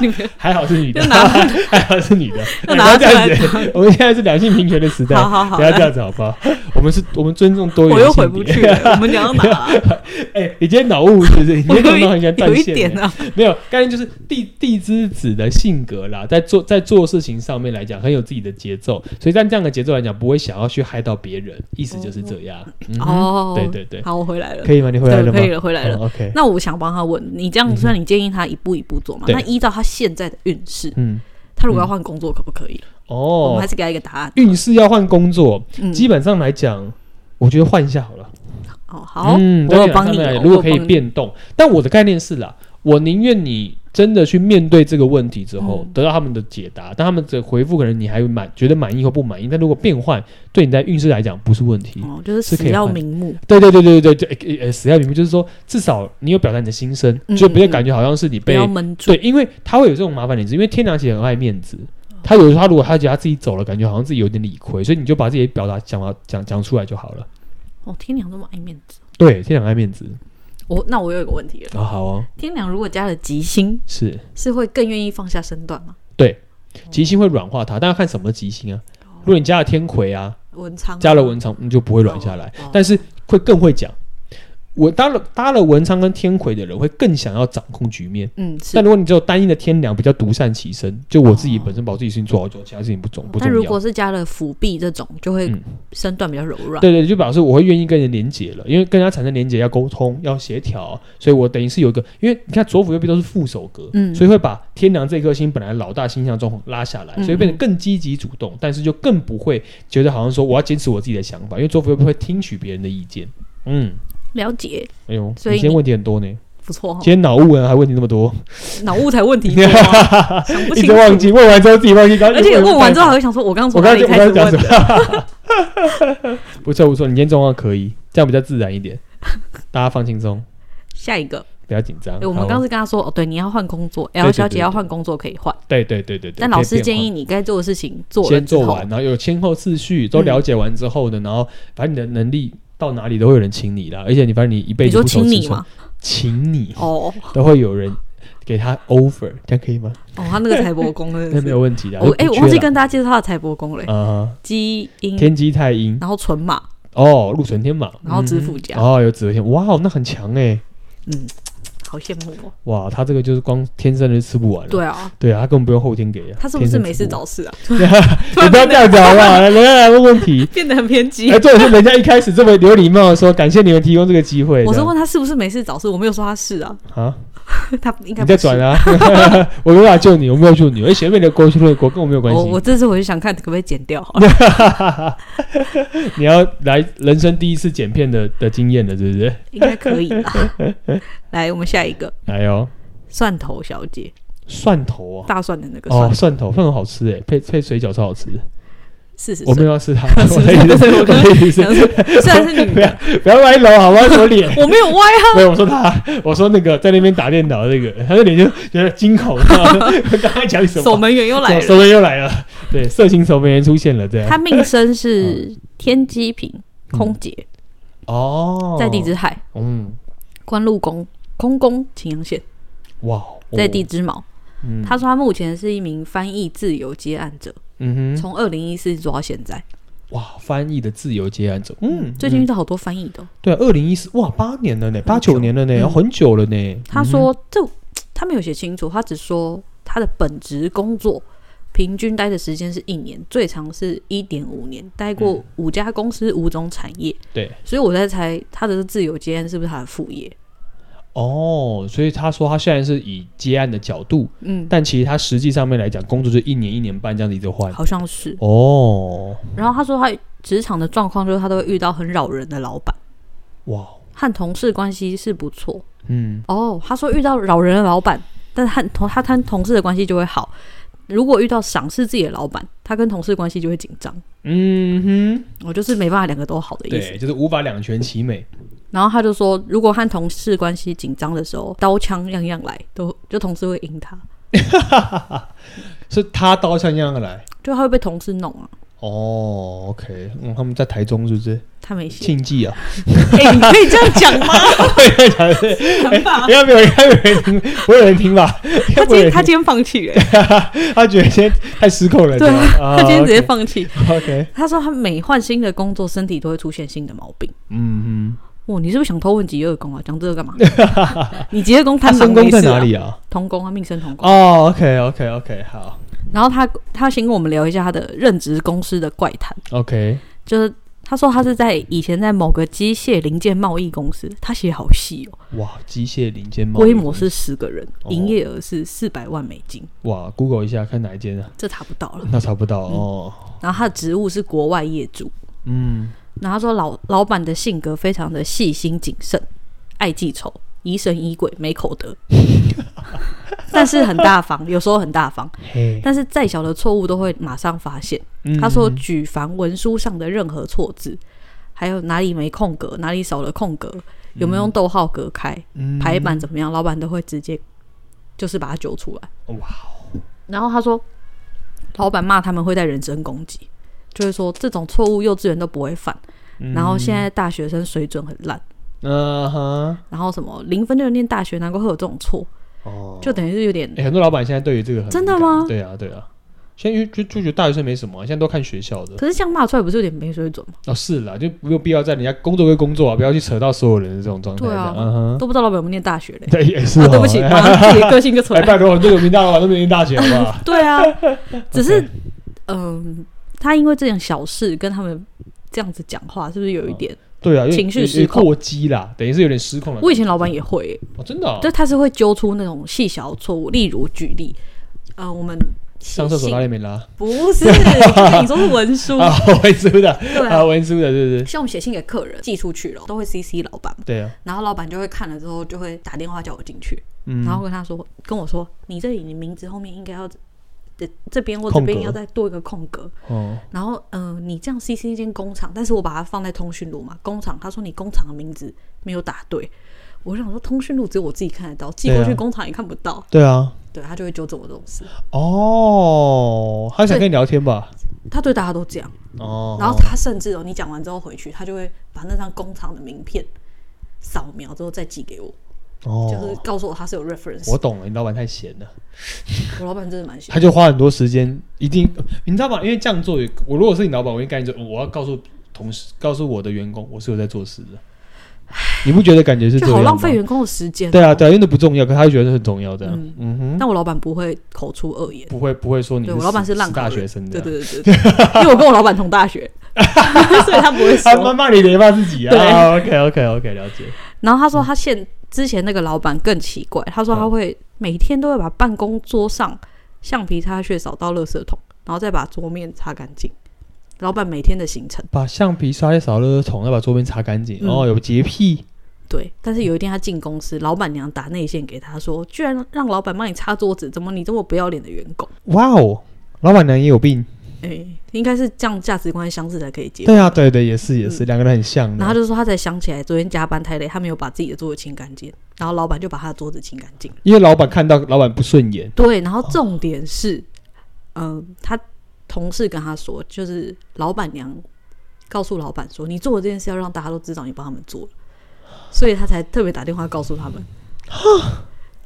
Speaker 2: 你们
Speaker 1: 还好是女的
Speaker 2: 就，拿
Speaker 1: <laughs> 还好是女的，
Speaker 2: <laughs>
Speaker 1: 不
Speaker 2: 要拿
Speaker 1: 要
Speaker 2: 出
Speaker 1: 这样
Speaker 2: 来
Speaker 1: 子。 <laughs> 我们现在是两性平权的时代，
Speaker 2: 好好好
Speaker 1: 不要这样子好不好？我们是，我们尊重多元
Speaker 2: 我
Speaker 1: 性别。
Speaker 2: 又回不去了。我们讲到哪？
Speaker 1: <laughs> 哎、你今天脑雾是不
Speaker 2: <laughs>
Speaker 1: 是？你今
Speaker 2: 我
Speaker 1: 天
Speaker 2: 有
Speaker 1: 头
Speaker 2: 一
Speaker 1: 脑很喜欢断
Speaker 2: 有一
Speaker 1: 线、
Speaker 2: 点啊，
Speaker 1: 没有，概念就是地地之子的性格啦，在做在做事情上面来讲，很有自己的节奏，所以在这样的节奏来讲，不会想要去害到别人，意思就是这样。嗯哼
Speaker 2: 哦
Speaker 1: 对对对，
Speaker 2: 好，我回来了，
Speaker 1: 可以吗？你回来
Speaker 2: 对，
Speaker 1: 了吗？哦
Speaker 2: 可以了，回来了。
Speaker 1: o k
Speaker 2: 那我想帮他问你，这样算你建议他一步一步做嘛？
Speaker 1: 对
Speaker 2: 那依照他现在的运势，
Speaker 1: 嗯，
Speaker 2: 他如果要换工作，可不可以？我
Speaker 1: 哦
Speaker 2: 们还，是给他一个答案。
Speaker 1: 运势要换工作，
Speaker 2: 嗯，
Speaker 1: 基本上来讲，我觉得换一下好了。
Speaker 2: 哦，好，
Speaker 1: 嗯，
Speaker 2: 我有帮你
Speaker 1: 在
Speaker 2: 哦，
Speaker 1: 如果可以
Speaker 2: 我有帮你，
Speaker 1: 变动，但我的概念是啦，我宁愿你真的去面对这个问题之后，
Speaker 2: 嗯
Speaker 1: 得到他们的解答，但他们的回复可能你还满觉得满意或不满意，但如果变换对你在运势来讲不是问题。
Speaker 2: 哦，就是
Speaker 1: 是
Speaker 2: 死
Speaker 1: 可以
Speaker 2: 要
Speaker 1: 换
Speaker 2: 瞑目，
Speaker 1: 对对对对对对，诶诶呃，死要明白，就是说至少你有表达你的心声，
Speaker 2: 嗯
Speaker 1: 就不会
Speaker 2: 嗯嗯
Speaker 1: 感觉好像是你
Speaker 2: 不
Speaker 1: 被
Speaker 2: 要闷住
Speaker 1: 对，。因为他会有这种麻烦点，是因为天良姐很爱面子，
Speaker 2: 哦
Speaker 1: 他有时候他如果他觉得他自己走了，感觉好像自己有点理亏，所以你就把自己的表达讲完讲讲出来就好了。
Speaker 2: 哦，天良这么爱面子，
Speaker 1: 对，天良爱面子
Speaker 2: 我那我有一个问题了，
Speaker 1: 啊、好哦，
Speaker 2: 天良如果加了吉星，
Speaker 1: 是。
Speaker 2: 是会更愿意放下身段吗？
Speaker 1: 吉星会软化它，但要看什么吉星啊。
Speaker 2: 哦
Speaker 1: 如果你加了天魁啊，
Speaker 2: 文昌
Speaker 1: 加了文昌，你就不会软下来，
Speaker 2: 哦
Speaker 1: 但是会更会讲。我搭了搭了文昌跟天魁的人，会更想要掌控局面。
Speaker 2: 嗯是
Speaker 1: 但，如果你只有单一的天梁，比较独善其身，就我自己本身把我自己事情做好就好，其他事情不重不重
Speaker 2: 哦但如
Speaker 1: 要
Speaker 2: 果。是加了辅弼这种，就会
Speaker 1: 嗯
Speaker 2: 身段比较柔软。
Speaker 1: 对对，就表示我会愿意跟人连接了，因为跟人家产生连接要沟通，要协调，所以我等于是有一个，因为你看左辅右弼都是副手格，
Speaker 2: 嗯
Speaker 1: 所以会把天梁这颗星本来老大星象状况拉下来，
Speaker 2: 嗯
Speaker 1: 所以变得更积极主动，但是就更不会觉得好像说我要坚持我自己的想法，因为左辅右弼会听取别人的意见。嗯，
Speaker 2: 了解，
Speaker 1: 哎呦，
Speaker 2: 所以
Speaker 1: 你今天
Speaker 2: 你哦
Speaker 1: 问题很多呢，
Speaker 2: 不错哈
Speaker 1: 今。天脑雾啊还问题那么多，
Speaker 2: 脑雾才
Speaker 1: <laughs>
Speaker 2: 问题多啊，想不
Speaker 1: 一
Speaker 2: 清
Speaker 1: 直
Speaker 2: 楚。
Speaker 1: 忘记问完之后自己忘记，刚
Speaker 2: 而且问完之后还
Speaker 1: 刚
Speaker 2: 会想说，我刚刚
Speaker 1: 我
Speaker 2: 从
Speaker 1: 刚
Speaker 2: 哪里
Speaker 1: 刚
Speaker 2: 开始
Speaker 1: 我刚刚
Speaker 2: 问
Speaker 1: 讲什
Speaker 2: 的？
Speaker 1: 么？ <laughs> 不错不错，你今天状况可以，这样比较自然一点，大家放轻松。
Speaker 2: 下一个，
Speaker 1: 不要紧张。
Speaker 2: 诶我
Speaker 1: 嗯
Speaker 2: 们
Speaker 1: 好
Speaker 2: 刚是跟他说，哦，对，你要换工作
Speaker 1: 对对
Speaker 2: ，L
Speaker 1: 对
Speaker 2: 小姐
Speaker 1: 对
Speaker 2: 要
Speaker 1: 对
Speaker 2: 换工作可以换，
Speaker 1: 对对对对对，
Speaker 2: 但老
Speaker 1: 可以
Speaker 2: 师
Speaker 1: 变
Speaker 2: 建议
Speaker 1: 化。
Speaker 2: 你该做的事情做了
Speaker 1: 先
Speaker 2: 之
Speaker 1: 做
Speaker 2: 后
Speaker 1: 完，，然后有先后次序都了解完之后呢，然后反正你的能力到哪里都会有人请你啦，而且你反正你一辈
Speaker 2: 你
Speaker 1: 子
Speaker 2: 说
Speaker 1: 不愁
Speaker 2: 亲
Speaker 1: 吃
Speaker 2: 你
Speaker 1: 穿
Speaker 2: 嘛？，
Speaker 1: 请你
Speaker 2: 哦
Speaker 1: 都会有人给他 offer，这样可以吗？
Speaker 2: 哦，他那个财帛宫真
Speaker 1: 那 <laughs> 没
Speaker 2: 的是，
Speaker 1: 有问题的。
Speaker 2: 我哎，
Speaker 1: 就不
Speaker 2: 我
Speaker 1: 缺
Speaker 2: 忘记
Speaker 1: 啦
Speaker 2: 跟大家介绍他的财帛宫嘞，
Speaker 1: 啊，
Speaker 2: 基因，
Speaker 1: 天机太阴
Speaker 2: 然后纯马，
Speaker 1: 哦，禄存天马，
Speaker 2: 然后
Speaker 1: 嗯
Speaker 2: 子府家
Speaker 1: 哦，有子府天，哇，那很强哎，
Speaker 2: 嗯，好羡慕哦。
Speaker 1: 哇，他这个就是光天生就吃不完了。
Speaker 2: 对啊，
Speaker 1: 对啊，他根本不用后天给啊。
Speaker 2: 他是不
Speaker 1: 天
Speaker 2: 是
Speaker 1: 生
Speaker 2: 没
Speaker 1: 吃
Speaker 2: 事
Speaker 1: 不完？
Speaker 2: 找事啊？
Speaker 1: <laughs> 你不要这样讲好不
Speaker 2: <laughs>
Speaker 1: 好？人家来问问题。
Speaker 2: 变得很偏激
Speaker 1: 哎，。重点是人家一开始这么有礼貌的说，感谢你们提供这个机会。这
Speaker 2: 我是
Speaker 1: 样
Speaker 2: 问他是不是没事找事，我没有说他是啊，
Speaker 1: 啊，
Speaker 2: 他应该
Speaker 1: 你
Speaker 2: 不
Speaker 1: 在
Speaker 2: 是
Speaker 1: 转。啊， <laughs> 我没办法救你，我没有救你，而哎前面的国去论国跟我没有关
Speaker 2: 我
Speaker 1: 系。
Speaker 2: 我这次回去想看可不可以剪掉好了。
Speaker 1: <laughs> 你要来人生第一次剪片的的经验了，是不是？
Speaker 2: 应该可以啦。来，我们下一个
Speaker 1: 哎呦，
Speaker 2: 蒜头小姐，
Speaker 1: 蒜头啊，哦
Speaker 2: 大蒜的那个蒜
Speaker 1: 欸哦，，蒜头，蒜头好吃哎，配配水饺超好吃。
Speaker 2: 四十
Speaker 1: 我没
Speaker 2: 岁。
Speaker 1: 有要试他，
Speaker 2: 是
Speaker 1: 我的意思是，
Speaker 2: 我刚
Speaker 1: 我的意思
Speaker 2: 想
Speaker 1: 是，
Speaker 2: 说虽然是女
Speaker 1: 不要
Speaker 2: 的，
Speaker 1: 不要歪楼，好不好？我脸，
Speaker 2: 我没有歪
Speaker 1: <laughs>
Speaker 2: 啊，
Speaker 1: 没有，我说他，我说那个在那边打电脑的那个，他的脸就觉得惊恐，你知道吗 <laughs> 刚才讲什么？
Speaker 2: 守门员又
Speaker 1: 守
Speaker 2: 来了。
Speaker 1: 守门又来了，对，色情守门员出现了，这
Speaker 2: 他
Speaker 1: 样。
Speaker 2: 命生
Speaker 1: 嗯
Speaker 2: 是天机坪空姐，
Speaker 1: 哦，
Speaker 2: 在地之海，
Speaker 1: 嗯，
Speaker 2: 官禄宫空宫秦阳县，
Speaker 1: 哇，哦
Speaker 2: 在地，之毛。
Speaker 1: 嗯
Speaker 2: 他说他目前是一名翻译自由接案者，
Speaker 1: 嗯哼，
Speaker 2: 从二零一四做到现在，
Speaker 1: 哇，翻译的自由接案者，嗯，
Speaker 2: 最近遇
Speaker 1: 嗯
Speaker 2: 到好多翻译的哦。
Speaker 1: 对，啊二零一四，哇，八年了呢，八
Speaker 2: 久
Speaker 1: 九年了呢，哦
Speaker 2: 嗯
Speaker 1: 很久了呢。
Speaker 2: 他
Speaker 1: 嗯
Speaker 2: 说这他没有写清楚，他只说他的本职工作平均待的时间是一年，最长是一点五年，待过五家公司、五种产业。
Speaker 1: 嗯对，
Speaker 2: 所以我在猜他的自由接案是不是他的副业？
Speaker 1: 哦，所以他说他现在是以接案的角度，
Speaker 2: 嗯，
Speaker 1: 但其实他实际上面来讲，工作就一年一年半这样子一直换。
Speaker 2: 好像是。
Speaker 1: 哦，
Speaker 2: 然后他说他职场的状况就是他都会遇到很扰人的老板，
Speaker 1: 哇，
Speaker 2: 和同事关系是不错，
Speaker 1: 嗯，
Speaker 2: 哦，他说遇到扰人的老板，但他同他跟同事的关系就会好。如果遇到赏识自己的老板，他跟同事关系就会紧张。
Speaker 1: 嗯哼，
Speaker 2: 我就是没办法两个都好的意思。
Speaker 1: 对，就是无法两全其美。
Speaker 2: 然后他就说，如果和同事关系紧张的时候，刀枪样样来，都就同事会赢他，
Speaker 1: 是他刀像样来。
Speaker 2: 就他会被同事弄啊。
Speaker 1: 哦，OK，嗯，他们在台中是不是？
Speaker 2: 他没写，
Speaker 1: 庆记啊，
Speaker 2: <laughs> 哎、你可以这样讲
Speaker 1: <laughs>
Speaker 2: 吗？
Speaker 1: 对，讲的是，应该没有，应该没有人听， <laughs> 不会有人听吧？应该
Speaker 2: 他
Speaker 1: 不
Speaker 2: 今
Speaker 1: 会有
Speaker 2: 天
Speaker 1: 人
Speaker 2: 他今天放弃了、
Speaker 1: 听他觉得今天太失控了，
Speaker 2: 对
Speaker 1: 这样
Speaker 2: <laughs> 他今天直接
Speaker 1: <laughs> 啊
Speaker 2: 放弃。
Speaker 1: ，OK，OK，
Speaker 2: <laughs> 他说他每换新的工作，身体都会出现新的毛病。
Speaker 1: 嗯嗯，
Speaker 2: 哇，你是不是想偷问吉月宫啊？讲这
Speaker 1: <laughs>
Speaker 2: 个干嘛？你吉月宫
Speaker 1: 他
Speaker 2: 贪
Speaker 1: 身
Speaker 2: 狼
Speaker 1: 宫
Speaker 2: 没
Speaker 1: 在
Speaker 2: 事
Speaker 1: 哪
Speaker 2: 啊？
Speaker 1: 里啊？
Speaker 2: 同宫啊，命生同宫。
Speaker 1: 哦，OK，OK，OK，好
Speaker 2: 然后他他先跟我们聊一下他的任职公司的怪谈，
Speaker 1: ，OK，
Speaker 2: 就是他说他是在以前在某个机械零件贸易公司，他写好细哦，
Speaker 1: 哇，机械零件贸易
Speaker 2: 规模是十个人，
Speaker 1: 哦
Speaker 2: 营业额是四百万美金，
Speaker 1: 哇，Google 一下看哪一间啊？
Speaker 2: 这查不到了。
Speaker 1: 那查不
Speaker 2: 嗯
Speaker 1: 到哦，
Speaker 2: 然后他的职务是国外业主，
Speaker 1: 嗯，
Speaker 2: 然后他说老老板的性格非常的细心谨慎，爱记仇，疑神疑鬼，没口德， <laughs> 但是很大方，有时候很大方，
Speaker 1: 嘿，
Speaker 2: 但是再小的错误都会马上发现。
Speaker 1: 嗯
Speaker 2: 他说举凡文书上的任何错字，还有哪里没空格，哪里少了空格，有没有用逗号隔开，
Speaker 1: 嗯
Speaker 2: 排版怎么样，老板都会直接就是把它揪出来。
Speaker 1: 哇
Speaker 2: 然后他说，老板骂他们会在人身攻击，就是说这种错误幼稚园都不会犯，然后现在大学生水准很烂，
Speaker 1: 嗯哼，
Speaker 2: 然后什么零分就念大学，难怪会有这种错，
Speaker 1: 哦，
Speaker 2: 就等于是有点
Speaker 1: 诶很多老板现在对于这个很
Speaker 2: 真的
Speaker 1: 敏感
Speaker 2: 吗
Speaker 1: 对啊，对啊。现在就就就觉得大学生没什么啊、现在都看学校的
Speaker 2: 可是这样骂出来不是有点没水准吗？
Speaker 1: 哦，是啦，就没有必要在人家工作归工作啊，不要去扯到所有人的这种状态。
Speaker 2: 对啊
Speaker 1: 这样嗯哼，
Speaker 2: 都不知道老板有没有念大学嘞。
Speaker 1: 对，也是、哦
Speaker 2: 啊，对不起，
Speaker 1: 哎
Speaker 2: 马上自己的个性就出来
Speaker 1: 哎，。拜托，我这个名大老板都没念大学，好不
Speaker 2: <laughs>
Speaker 1: 好？<laughs>
Speaker 2: 对啊，只是嗯，他因为这点小事跟他们这样子讲话，是不是有一点？
Speaker 1: 对啊，有点
Speaker 2: 情绪
Speaker 1: 有
Speaker 2: 失
Speaker 1: 有
Speaker 2: 控
Speaker 1: 过激啦，等于是有点失控了。
Speaker 2: 我以前老板也会欸，
Speaker 1: 哦，真的、啊，
Speaker 2: 就他是会揪出那种细小的错误，例如举例，呃，我们写
Speaker 1: 上厕所
Speaker 2: 信
Speaker 1: 拉链没拉
Speaker 2: 不是，就是你说是文书，
Speaker 1: <laughs> 啊？文书的
Speaker 2: 对
Speaker 1: 啊，
Speaker 2: 啊。
Speaker 1: 文书的，对不对？
Speaker 2: 像我们写信给客人寄出去了，都会 CC 老板嘛，
Speaker 1: 对啊，
Speaker 2: 然后老板就会看了之后就会打电话叫我进去，
Speaker 1: 嗯，
Speaker 2: 然后跟他说跟我说，你这里你名字后面应该要这这边或这
Speaker 1: 空
Speaker 2: 边
Speaker 1: 格
Speaker 2: 要再多一个空格，
Speaker 1: 哦，
Speaker 2: 然后，嗯、你这样 CC 一间工厂，但是我把它放在通讯录嘛，工厂他说你工厂的名字没有打对，我想说通讯录只有我自己看得到，寄过
Speaker 1: 对
Speaker 2: 去
Speaker 1: 啊
Speaker 2: 工厂也看不到，
Speaker 1: 对啊，
Speaker 2: 对他就会纠正我这种事，
Speaker 1: 哦，他想跟你聊天吧？
Speaker 2: 他对大家都这样，
Speaker 1: 哦，
Speaker 2: 然后他甚至哦，你讲完之后回去，他就会把那张工厂的名片扫描之后再寄给我，
Speaker 1: 哦，
Speaker 2: 就是告诉我他是有 reference，
Speaker 1: 我懂了，你老板太闲了，
Speaker 2: 我老板真的蛮喜
Speaker 1: 他
Speaker 2: 欢，
Speaker 1: 就花很多时间，一定你知道吗？因为这样做，我如果是你老板，我应该就我要告诉同事，告诉我的员工，我是有在做事的。你不觉得感觉是这
Speaker 2: 就
Speaker 1: 样
Speaker 2: 好
Speaker 1: 吗
Speaker 2: 浪费员工的时间、
Speaker 1: 对啊，。对啊，因为那不重要，可他就觉得很重要，这样，嗯哼，
Speaker 2: 但我老板不会口出恶言，
Speaker 1: 不会不会说你
Speaker 2: 对我老板是
Speaker 1: 是
Speaker 2: 浪
Speaker 1: 大
Speaker 2: 口人
Speaker 1: 学生的，
Speaker 2: 对对对对，对 <laughs> 因为我跟我老板同大学， <laughs> 所以他不会说
Speaker 1: <laughs> 他。骂骂你的也骂自己 <laughs>
Speaker 2: 对
Speaker 1: 啊，OK OK OK，了解，
Speaker 2: 然后他说他现之前那个老板更奇怪，他说他会每天都会把办公桌上橡皮擦屑扫到垃圾桶，然后再把桌面擦干净。老板每天的行程，
Speaker 1: 把橡皮擦也扫垃圾桶，要把桌面擦干净，
Speaker 2: 嗯
Speaker 1: 哦，有洁癖，
Speaker 2: 对。但是有一天他进公司，老板娘打内线给他说，居然让老板帮你擦桌子，怎么你这么不要脸的员工？
Speaker 1: 哇哦，老板娘也有病，
Speaker 2: 哎、应该是这样价值观相似才可以接受。
Speaker 1: 对啊，对对，也是也是，两个人很像的。
Speaker 2: 嗯然后他就说他才想起来昨天加班太累，他没有把自己的桌子清干净，然后老板就把他的桌子清干净。
Speaker 1: 因为老板看到老板不顺眼，
Speaker 2: 对，然后
Speaker 1: 哦
Speaker 2: 重点是，嗯、他同事跟他说，就是老板娘告诉老板说，你做的这件事要让大家都知道你帮他们做了，所以他才特别打电话告诉他
Speaker 1: <laughs>
Speaker 2: 们。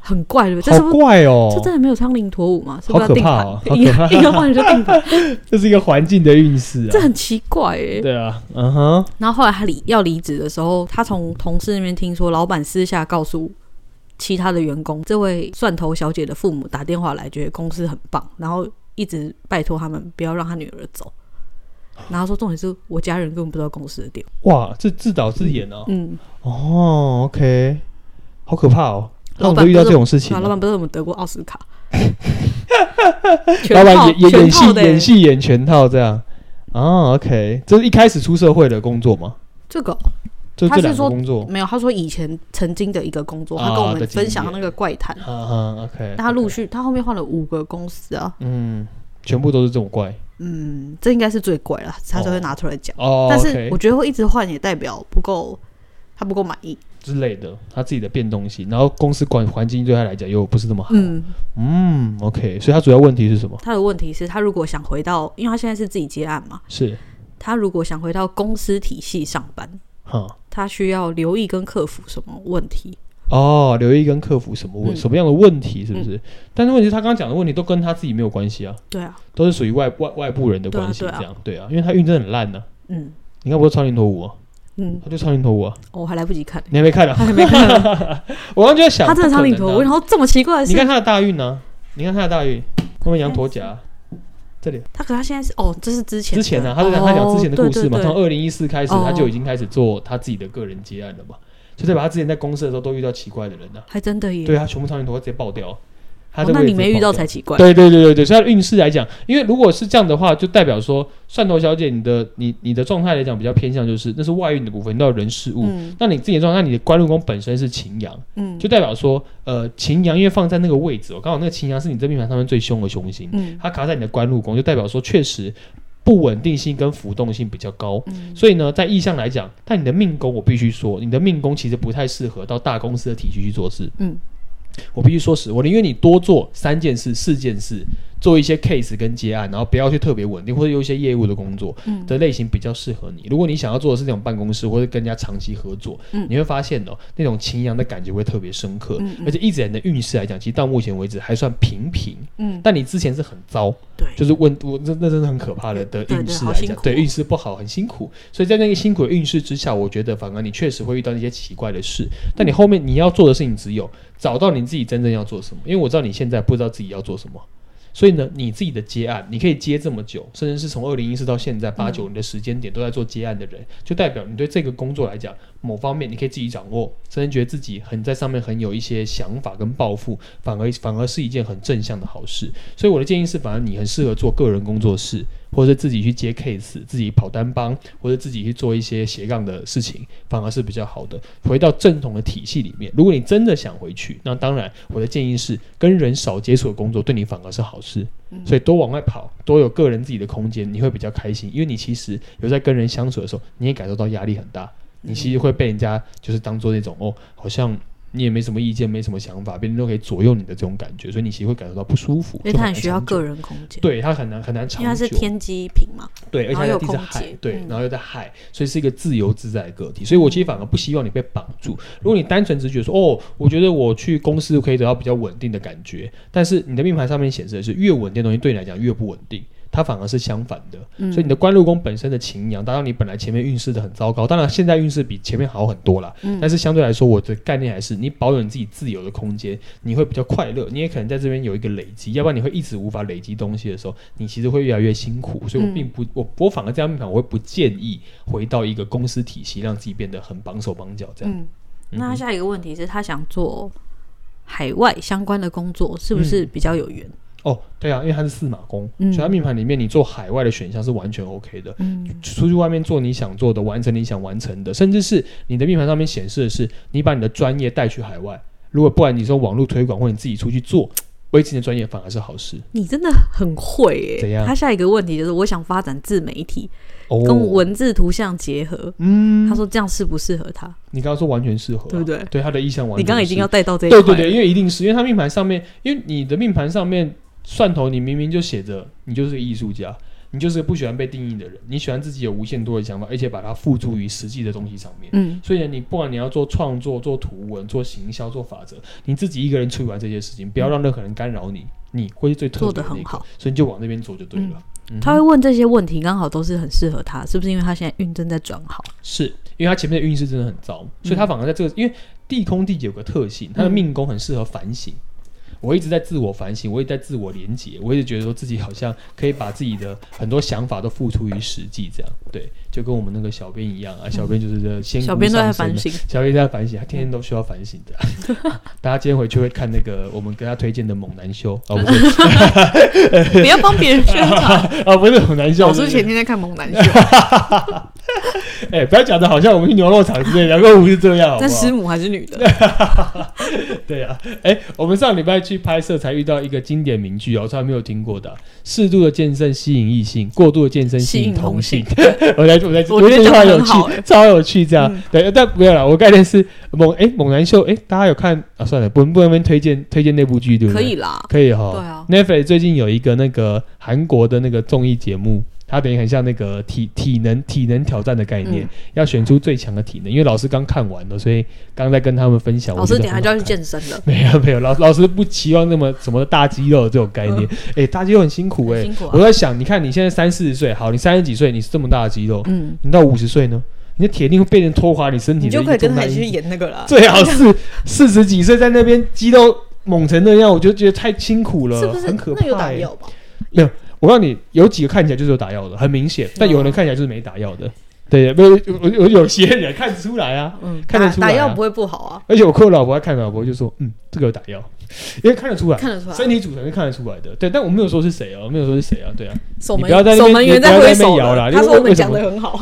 Speaker 2: 很怪对不对？这
Speaker 1: 好
Speaker 2: 是不
Speaker 1: 怪哦、
Speaker 2: 这真的没有苍蝇陀舞吗？是
Speaker 1: 好
Speaker 2: 不是要
Speaker 1: 可
Speaker 2: 定
Speaker 1: 怕
Speaker 2: 盘？
Speaker 1: 哦好
Speaker 2: 一个一个换人就定
Speaker 1: <laughs>
Speaker 2: 盘，
Speaker 1: 这是一个环境的运势
Speaker 2: 这
Speaker 1: 啊。
Speaker 2: 很奇怪哎、
Speaker 1: 对啊，嗯哼，
Speaker 2: 然后后来他离要离职的时候，他从同事那边听说，老板私下告诉其他的员工，这位蒜头小姐的父母打电话来，觉得公司很棒，然后一直拜托他们不要让他女儿走。
Speaker 1: 哦
Speaker 2: 然后说重点是我家人根本不知道公司的店。
Speaker 1: 哇，这自导自演哦、
Speaker 2: 嗯，
Speaker 1: 哦，OK，好可怕哦、那
Speaker 2: 老
Speaker 1: 我
Speaker 2: 板
Speaker 1: 都遇到这种事
Speaker 2: 对
Speaker 1: 情
Speaker 2: 啊，
Speaker 1: 啊、
Speaker 2: 老板不是我们得过奥斯卡，
Speaker 1: 老
Speaker 2: 全套
Speaker 1: 板演演演
Speaker 2: 全
Speaker 1: 戏 <laughs>
Speaker 2: 套的欸
Speaker 1: 演戏演全套这样。哦，OK，这是一开始出社会的工作吗？
Speaker 2: 这个
Speaker 1: 就
Speaker 2: 他
Speaker 1: 这
Speaker 2: 是
Speaker 1: 两个
Speaker 2: 说
Speaker 1: 工作。
Speaker 2: 没有。他说以前曾经的一个工作，
Speaker 1: 啊
Speaker 2: 他跟我
Speaker 1: 的
Speaker 2: 们
Speaker 1: 经验
Speaker 2: 分享那个怪谈，
Speaker 1: 啊哈，OK，
Speaker 2: 嗯但他陆
Speaker 1: OK
Speaker 2: 续他后面换了五个公司啊，
Speaker 1: 嗯，全部都是这种怪
Speaker 2: 嗯，这应该是最怪了，他才会拿出来讲。
Speaker 1: 哦
Speaker 2: 但是
Speaker 1: ，OK
Speaker 2: 我觉得会一直换，也代表不够，他不够满意。
Speaker 1: 之类的，他自己的变动性，然后公司管环境对他来讲又不是那么好。
Speaker 2: 嗯，
Speaker 1: 嗯，OK，所以他主要问题是什么？
Speaker 2: 他的问题是，他如果想回到，因为他现在是自己接案嘛，
Speaker 1: 是，
Speaker 2: 他如果想回到公司体系上班，
Speaker 1: 哈，
Speaker 2: 他需要留意跟克服什么问题？
Speaker 1: 哦，留意跟客服什么问、
Speaker 2: 嗯
Speaker 1: 什么样的问题，是不是？但是问题是他刚刚讲的问题都跟他自己没有关系啊，
Speaker 2: 对啊，
Speaker 1: 都是属于外外外部人的
Speaker 2: 对啊
Speaker 1: 关系，
Speaker 2: 对啊
Speaker 1: 这样对啊，因为他运真的很烂呢、
Speaker 2: 嗯
Speaker 1: 你看不是超龄陀舞、啊，
Speaker 2: 嗯，
Speaker 1: 他就超龄陀舞
Speaker 2: <laughs>
Speaker 1: 啊，
Speaker 2: 哦我还来不及看呢、
Speaker 1: 你还没看啊？
Speaker 2: 他还没看呢，
Speaker 1: <laughs> 我刚刚就在想，
Speaker 2: 他真的
Speaker 1: 不
Speaker 2: 超
Speaker 1: 可
Speaker 2: 领
Speaker 1: 能
Speaker 2: 头
Speaker 1: 啊，
Speaker 2: 然后这么奇怪的
Speaker 1: 你
Speaker 2: 事
Speaker 1: 看，他的大运呢、你看他的大运，后面羊驼夹。这里
Speaker 2: 他可他现在是哦，这是之前
Speaker 1: 啊之
Speaker 2: 的
Speaker 1: 前呢、啊他是讲他讲之前的故事嘛，
Speaker 2: 哦、对
Speaker 1: 从
Speaker 2: 对对
Speaker 1: 二零一四开始，他
Speaker 2: 哦
Speaker 1: 就已经开始做他自己的个人接案了嘛，就代表他之前在公司的时候都遇到奇怪的人呐、啊
Speaker 2: 还真的耶，
Speaker 1: 对他全部超龄陀直接爆掉，啊他
Speaker 2: 哦
Speaker 1: 的、
Speaker 2: 那你没遇到才奇怪，
Speaker 1: 对对对对对，所以它的运势来讲，因为如果是这样的话，就代表说蒜头小姐你的你你的状态来讲比较偏向就是那是外运的部分，你到人事物。
Speaker 2: 嗯
Speaker 1: 那你自己的状态，那你的官禄宫本身是擎羊，
Speaker 2: 嗯，
Speaker 1: 就代表说，呃，擎羊因为放在那个位置哦，刚好那个擎羊是你这命盘上面最凶的凶星，
Speaker 2: 嗯
Speaker 1: 它卡在你的官禄宫，就代表说确实不稳定性跟浮动性比较高。
Speaker 2: 嗯
Speaker 1: 所以呢，在意向来讲，但你的命宫，我必须说，你的命宫其实不太适合到大公司的体系去做事。
Speaker 2: 嗯，
Speaker 1: 我必须说实，我宁愿你多做三件事、四件事，做一些 case 跟接案，然后不要去特别稳定，或者有一些业务的工作
Speaker 2: 嗯
Speaker 1: 的类型比较适合你。如果你想要做的是那种办公室或者跟人家长期合作，
Speaker 2: 嗯
Speaker 1: 你会发现哦，那种秦阳的感觉会特别深刻。
Speaker 2: 嗯嗯
Speaker 1: 而且一直人的运势来讲，其实到目前为止还算平平，
Speaker 2: 嗯，
Speaker 1: 但你之前是很糟，
Speaker 2: 对，
Speaker 1: 就是温度，那那真的很可怕的的
Speaker 2: 对
Speaker 1: 运
Speaker 2: 对
Speaker 1: 势
Speaker 2: 好
Speaker 1: 来
Speaker 2: 辛
Speaker 1: 讲
Speaker 2: 苦，
Speaker 1: 对
Speaker 2: 哦
Speaker 1: 运势不好很辛苦，所以在那个辛苦的运势之下，我觉得反而你确实会遇到一些奇怪的事。但你后面你要做的事情只有找到你自己真正要做什么，因为我知道你现在不知道自己要做什么。所以呢，你自己的接案，你可以接这么久，甚至是从二零一四到现在八九年的时间点都在做接案的人，就代表你对这个工作来讲，某方面你可以自己掌握，甚至觉得自己很在上面很有一些想法跟抱负，反而反而是一件很正向的好事。所以我的建议是，反而你很适合做个人工作室，或者是自己去接 case，自己跑单帮，或者自己去做一些斜杠的事情，反而是比较好的。回到正统的体系里面，如果你真的想回去，那当然我的建议是，跟人少接触的工作对你反而是好事。
Speaker 2: 嗯
Speaker 1: 所以多往外跑，多有个人自己的空间，你会比较开心，因为你其实有在跟人相处的时候，你也感受到压力很大，
Speaker 2: 嗯
Speaker 1: 你其实会被人家就是当做那种哦，好像。你也没什么意见，没什么想法，别人都可以左右你的这种感觉，所以你其实会感受到不舒服。
Speaker 2: 因为
Speaker 1: 就
Speaker 2: 他
Speaker 1: 很
Speaker 2: 很需要
Speaker 1: 长久
Speaker 2: 个人空间，
Speaker 1: 对他很难很难长
Speaker 2: 因
Speaker 1: 久，
Speaker 2: 为他是天机平嘛，
Speaker 1: 对，而且
Speaker 2: 然后
Speaker 1: 他在
Speaker 2: 又
Speaker 1: 地是
Speaker 2: 空
Speaker 1: 海
Speaker 2: 姐，
Speaker 1: 对，
Speaker 2: 嗯
Speaker 1: 然后又在海，所以是一个自由自在的个体。所以我其实反而不希望你被绑住。如果你单纯只是觉得说，哦，我觉得我去公司可以得到比较稳定的感觉，但是你的命盘上面显示的是越稳定的东西对你来讲越不稳定。它反而是相反的，
Speaker 2: 嗯
Speaker 1: 所以你的官禄宫本身的擎羊，达到你本来前面运势的很糟糕，当然现在运势比前面好很多啦。
Speaker 2: 嗯
Speaker 1: 但是相对来说，我的概念还是你保有你自己自由的空间，你会比较快乐，你也可能在这边有一个累积，要不然你会一直无法累积东西的时候，你其实会越来越辛苦。所以我
Speaker 2: 嗯
Speaker 1: 并不，我我反而这样命盘，我会不建议回到一个公司体系，让自己变得很绑手绑脚这样。
Speaker 2: 嗯，
Speaker 1: 嗯
Speaker 2: 那他下一个问题是他想做海外相关的工作，是不是
Speaker 1: 嗯
Speaker 2: 比较有缘？
Speaker 1: 哦，对啊，因为它是司马宫，
Speaker 2: 嗯
Speaker 1: 所以它命盘里面你做海外的选项是完全 OK 的。
Speaker 2: 嗯
Speaker 1: 出去外面做你想做的，完成你想完成的，甚至是你的命盘上面显示的是你把你的专业带去海外。如果不然你说网络推广或者你自己出去做，维持你的专业反而是好事。
Speaker 2: 你真的很会耶、
Speaker 1: 怎样
Speaker 2: 他下一个问题就是，我想发展自媒体，
Speaker 1: 哦，
Speaker 2: 跟文字图像结合。
Speaker 1: 嗯
Speaker 2: 他，说这样适不适合他，
Speaker 1: 你刚刚说完全适合啊、
Speaker 2: 对不对？
Speaker 1: 对他的意向完全适合。
Speaker 2: 你刚刚已经要带到这一块
Speaker 1: 对
Speaker 2: 了，
Speaker 1: 对对，因为一定是因为他命盘上面，因为你的命盘上面蒜头，你明明就写着你就是个艺术家，你就是个不喜欢被定义的人，你喜欢自己有无限多的想法，而且把它付诸于实际的东西上面。
Speaker 2: 嗯，
Speaker 1: 所以呢，你不管你要做创作、做图文、做行销、做法则，你自己一个人处理完这些事情，不要让任何人干扰你，你会是最特
Speaker 2: 做
Speaker 1: 别
Speaker 2: 得
Speaker 1: 的那
Speaker 2: 很
Speaker 1: 个。
Speaker 2: 好。
Speaker 1: 所以你就往那边走就对了。嗯哼
Speaker 2: 他会问这些问题，刚好都是很适合他，是不是？因为他现在运正在转好，
Speaker 1: 是因为他前面的运势真的很糟，
Speaker 2: 嗯
Speaker 1: 所以他反而在这个，因为地空地有个特性，他的命宫很适合反省。我一直在自我反省，我一直在自我连结，我一直觉得说自己好像可以把自己的很多想法都付出于实际，这样对，就跟我们那个小编一样啊，小编就是这先
Speaker 2: 小编都在反
Speaker 1: 省。
Speaker 2: 省。
Speaker 1: 小编在反省，他天天都需要反省的。大家今天回去会看那个我们给他推荐的《猛男修》哦，不
Speaker 2: <laughs>
Speaker 1: 是
Speaker 2: <laughs> 不要帮别人
Speaker 1: <laughs>
Speaker 2: 宣传。
Speaker 1: 啊，不是《猛男修》
Speaker 2: 老
Speaker 1: 是
Speaker 2: 师
Speaker 1: 不
Speaker 2: 前
Speaker 1: 是，
Speaker 2: 天在看《猛
Speaker 1: <laughs>
Speaker 2: 男秀》，
Speaker 1: 哎、不要讲的好像我们去牛肉场之类的，然后不是这样，好不
Speaker 2: 但
Speaker 1: 好？
Speaker 2: 师母还是女的。
Speaker 1: 对啊，哎、我们上礼拜去拍摄才遇到一个经典名句哦，我从来没有听过的啊、适度的健身吸引异性，过度的健身吸
Speaker 2: 吸
Speaker 1: 引
Speaker 2: 引
Speaker 1: 同
Speaker 2: 同
Speaker 1: 性。 <laughs> 我来，我来，
Speaker 2: <laughs> 我觉得
Speaker 1: 这句话
Speaker 2: 讲得
Speaker 1: 有
Speaker 2: 很
Speaker 1: 趣
Speaker 2: 好哎，
Speaker 1: 超有趣，这样、
Speaker 2: 嗯
Speaker 1: 对，但没有啦，我概念是猛哎、猛男秀哎、大家有看啊？算了，不不能推荐推荐那部剧对不
Speaker 2: 可
Speaker 1: 对？
Speaker 2: 以啦，
Speaker 1: 可以哈。
Speaker 2: 对啊
Speaker 1: Netflix 最近有一个那个韩国的那个综艺节目，它等于很像那个体体能体能挑战的概念，
Speaker 2: 嗯
Speaker 1: 要选出最强的体能。因为老师刚看完了，所以刚在跟他们分享。
Speaker 2: 老师
Speaker 1: 我觉
Speaker 2: 等
Speaker 1: 得很
Speaker 2: 一下就
Speaker 1: 好
Speaker 2: 要去
Speaker 1: 看
Speaker 2: 健身了，
Speaker 1: 没有没有，老老师不期望那么什么大肌肉这种概念。哎、大肌肉很辛苦哎、
Speaker 2: 很辛苦啊
Speaker 1: 我。在想，你看你现在三四十岁，好，你三十几岁，你是这么大的肌肉，
Speaker 2: 嗯，
Speaker 1: 你到五十岁呢，你的铁定会被人拖垮你身体
Speaker 2: 你
Speaker 1: 的
Speaker 2: 就
Speaker 1: 重
Speaker 2: 可
Speaker 1: 大
Speaker 2: 以
Speaker 1: 因子。
Speaker 2: 跟他一起去演那个啦。
Speaker 1: <laughs> 最好
Speaker 2: <laughs>
Speaker 1: 是四十几岁在那边肌肉猛成那样，我就觉得太辛苦了，
Speaker 2: 是不是？
Speaker 1: 很可怕、
Speaker 2: 那有打
Speaker 1: 欸
Speaker 2: 药。吧？
Speaker 1: 我告诉你，有几个看起来就是有打药的，很明
Speaker 2: 嗯
Speaker 1: 显，但有人看起来就是没打药的。对，没有有有有些人看得出来啊，
Speaker 2: 嗯，
Speaker 1: 看得
Speaker 2: 打
Speaker 1: 出来啊
Speaker 2: 打药不会不好啊，
Speaker 1: 而且我扣老婆在看老婆就说，嗯，这个有打药，因为看得出来。
Speaker 2: 看得出来
Speaker 1: 身。体组成是看得出来的，对，但我没有说是谁哦，我没有说是谁啊，
Speaker 2: <laughs>
Speaker 1: 对啊，
Speaker 2: 守
Speaker 1: 你
Speaker 2: 门
Speaker 1: 不要在那边
Speaker 2: 守门员
Speaker 1: 你不要在
Speaker 2: 挥
Speaker 1: 那边
Speaker 2: 手
Speaker 1: 摇啦
Speaker 2: 了，
Speaker 1: 你
Speaker 2: 他说
Speaker 1: 为
Speaker 2: 我们
Speaker 1: 为什
Speaker 2: 讲
Speaker 1: 么
Speaker 2: 的很好。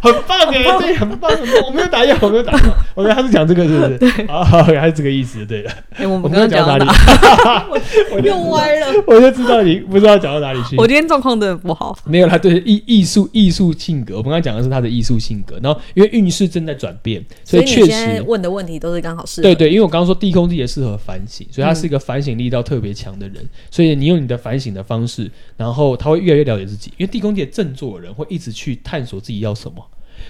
Speaker 1: 很棒
Speaker 2: <laughs>
Speaker 1: 哎，对，很棒，很棒，我没有打药，我没有打药，我觉得他是讲这个是
Speaker 2: <laughs>
Speaker 1: 不是？啊，还是这个意思，对的，
Speaker 2: 哎，我
Speaker 1: 我
Speaker 2: 们
Speaker 1: 不
Speaker 2: 刚
Speaker 1: 知道
Speaker 2: 刚
Speaker 1: 讲
Speaker 2: 讲
Speaker 1: 到
Speaker 2: 到
Speaker 1: 哪里
Speaker 2: 哪？，
Speaker 1: 我就
Speaker 2: 又歪了。
Speaker 1: <laughs> 我就知道你不知道讲到哪里去
Speaker 2: 我。今天状况真的不好，
Speaker 1: 没有啦，对艺艺术艺术性格，我们刚才讲的是他的艺术性格。然后因为运势正在转变，所以
Speaker 2: 以
Speaker 1: 确
Speaker 2: 你现在
Speaker 1: 实。
Speaker 2: 问的问题都是刚好是
Speaker 1: 对对，因为我刚刚说地空地也适合反省，所以他是一个反省力道特别强的人。所以你用你的反省的方式，然后他会越来越了解自己。因为地空地振作的人会一直去探索自己要什么，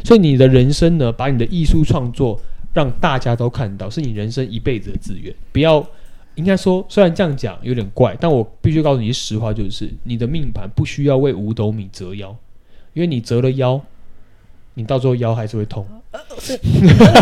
Speaker 1: 所以你的人生呢，把你的艺术创作让大家都看到，是你人生一辈子的志愿。不要，应该说，虽然这样讲有点怪，但我必须告诉你实话，就是你的命盘不需要为五斗米折腰，因为你折了腰，你到最后腰还是会痛。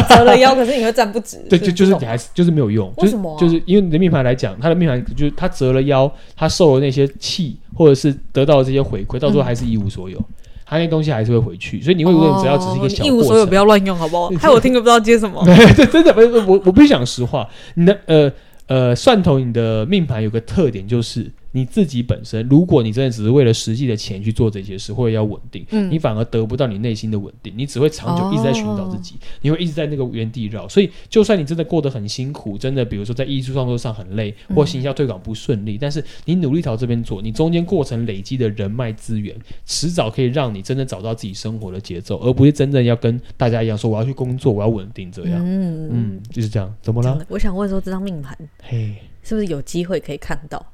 Speaker 2: 折了腰，可是你会站不直。
Speaker 1: 对，就就是
Speaker 2: 这
Speaker 1: 你
Speaker 2: 种
Speaker 1: 还是就是没有用，
Speaker 2: 为
Speaker 1: 就是
Speaker 2: 什么啊
Speaker 1: 就是因为你的命盘来讲，他的命盘就是他折了腰，他受了那些气，或者是得到了这些回馈，到时候还是一无所有，他那东西还是会回去，所以你会永远只要只是一个
Speaker 2: 嗯哦
Speaker 1: 小
Speaker 2: 一无所
Speaker 1: 过
Speaker 2: 有，不
Speaker 1: 程。
Speaker 2: 要乱用，好不好
Speaker 1: 对？
Speaker 2: 害我听了不知道接什么。
Speaker 1: 对，真的，我我我必须讲实话，你的呃呃蒜头，你的命盘有个特点就是你自己本身，如果你真的只是为了实际的钱去做这些事，或者要稳定，
Speaker 2: 嗯
Speaker 1: 你反而得不到你内心的稳定，你只会长久一直在寻找自己，你会一直在那个原地绕。所以，就算你真的过得很辛苦，真的比如说在艺术创作上很累，或行销推广不顺利，但是你努力朝这边做，你中间过程累积的人脉资源，迟早可以让你真的找到自己生活的节奏，而不是真正要跟大家一样说我要去工作，我要稳定这样。
Speaker 2: 嗯
Speaker 1: 嗯，就是这样。怎么了？
Speaker 2: 嗯，我想问说，这张命盘
Speaker 1: 嘿。
Speaker 2: 是不是有机会可以看到？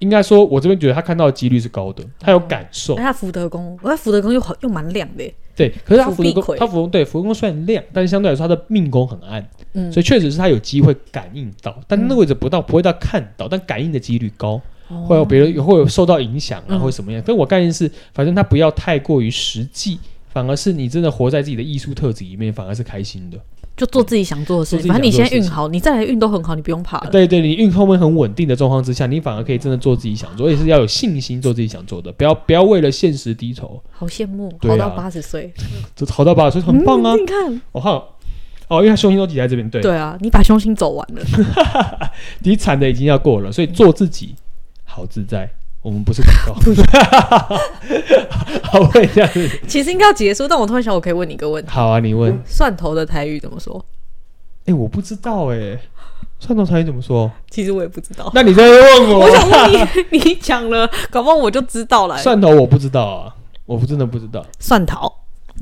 Speaker 1: 应该说，我这边觉得他看到的几率是高的，他有感受
Speaker 2: 哎，。他福德宫，我看福德宫又好又蛮亮的耶，
Speaker 1: 对，可是他
Speaker 2: 福
Speaker 1: 福德
Speaker 2: 必
Speaker 1: 宫，
Speaker 2: 魁
Speaker 1: 他福宫对福德宫虽然亮，但是相对来说他的命宫很暗，
Speaker 2: 嗯，
Speaker 1: 所以确实是他有机会感应到，但那个位置不到不会到看到，但感应的几率高，会
Speaker 2: 哦
Speaker 1: 有别人会有受到影响啊，
Speaker 2: 嗯
Speaker 1: 或者什么样。但我概念是，反正他不要太过于实际。反而是你真的活在自己的艺术特质里面，反而是开心的。
Speaker 2: 就做自己想做的事
Speaker 1: 做自己
Speaker 2: 情。反正你
Speaker 1: 想做
Speaker 2: 现
Speaker 1: 的
Speaker 2: 在运好，你再来运都很好，你不用怕了。
Speaker 1: 对啊对，你运后面很稳定的状况之下，你反而可以真的做自己想做，而且是要有信心做自己想做的，不要不要为了现实低头。
Speaker 2: 好羡慕，哦
Speaker 1: 对啊
Speaker 2: 活到八十岁，
Speaker 1: 这好到吧，所以 <laughs> 很棒啊
Speaker 2: 嗯！你看，
Speaker 1: 我看哦，因为他胸心都挤在这边，对，
Speaker 2: 对啊，你把凶星走完了， <laughs>
Speaker 1: 你惨的已经要过了，所以做自己，好自在。我们不是广告， <laughs>
Speaker 2: <laughs>
Speaker 1: 好问一下子，
Speaker 2: 其实应该要结束，但我突然想，我可以问你一个问题：
Speaker 1: 好啊，你问
Speaker 2: 蒜头的台语怎么说？
Speaker 1: 哎、我不知道哎、蒜头茶你怎么说？
Speaker 2: 其实我也不知道。
Speaker 1: 那你在这问
Speaker 2: 哦我想问你， <laughs> 你讲了，搞不好我就知道了、
Speaker 1: 蒜头我不知道啊，我不真的不知道，
Speaker 2: 蒜头，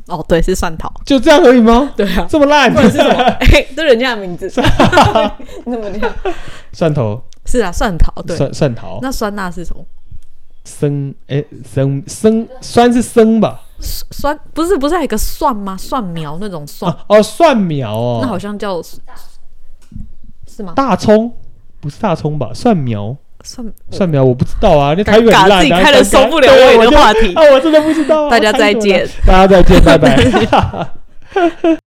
Speaker 2: 哦，对，是蒜头，
Speaker 1: 就这样而已吗？
Speaker 2: 对啊，
Speaker 1: 这么烂
Speaker 2: 不，然是什么？
Speaker 1: <laughs>
Speaker 2: 哎、都人家的名字， <laughs> 你怎么讲？
Speaker 1: 蒜头，
Speaker 2: 是啊，蒜头，对。
Speaker 1: 蒜蒜头，
Speaker 2: 那酸辣是什么？
Speaker 1: 生哎生生酸是生吧？
Speaker 2: 酸酸不是不是还有一个蒜吗？蒜苗那种蒜，
Speaker 1: 啊哦，蒜苗
Speaker 2: 那好
Speaker 1: 哦，
Speaker 2: 像叫是吗？
Speaker 1: 大葱不是大葱吧？蒜苗，
Speaker 2: 蒜
Speaker 1: 蒜苗我不知道啊，那台
Speaker 2: 尴
Speaker 1: 语很
Speaker 2: 尬，
Speaker 1: 烂，
Speaker 2: 自己
Speaker 1: 然后
Speaker 2: 开了
Speaker 1: 尴尬
Speaker 2: 受不了
Speaker 1: 对
Speaker 2: 我
Speaker 1: 我 <laughs>
Speaker 2: 的
Speaker 1: 就哦
Speaker 2: 话题
Speaker 1: 啊，。我真的不知道。
Speaker 2: 大家再见 <laughs>
Speaker 1: 我猜错了，大家再见，拜拜。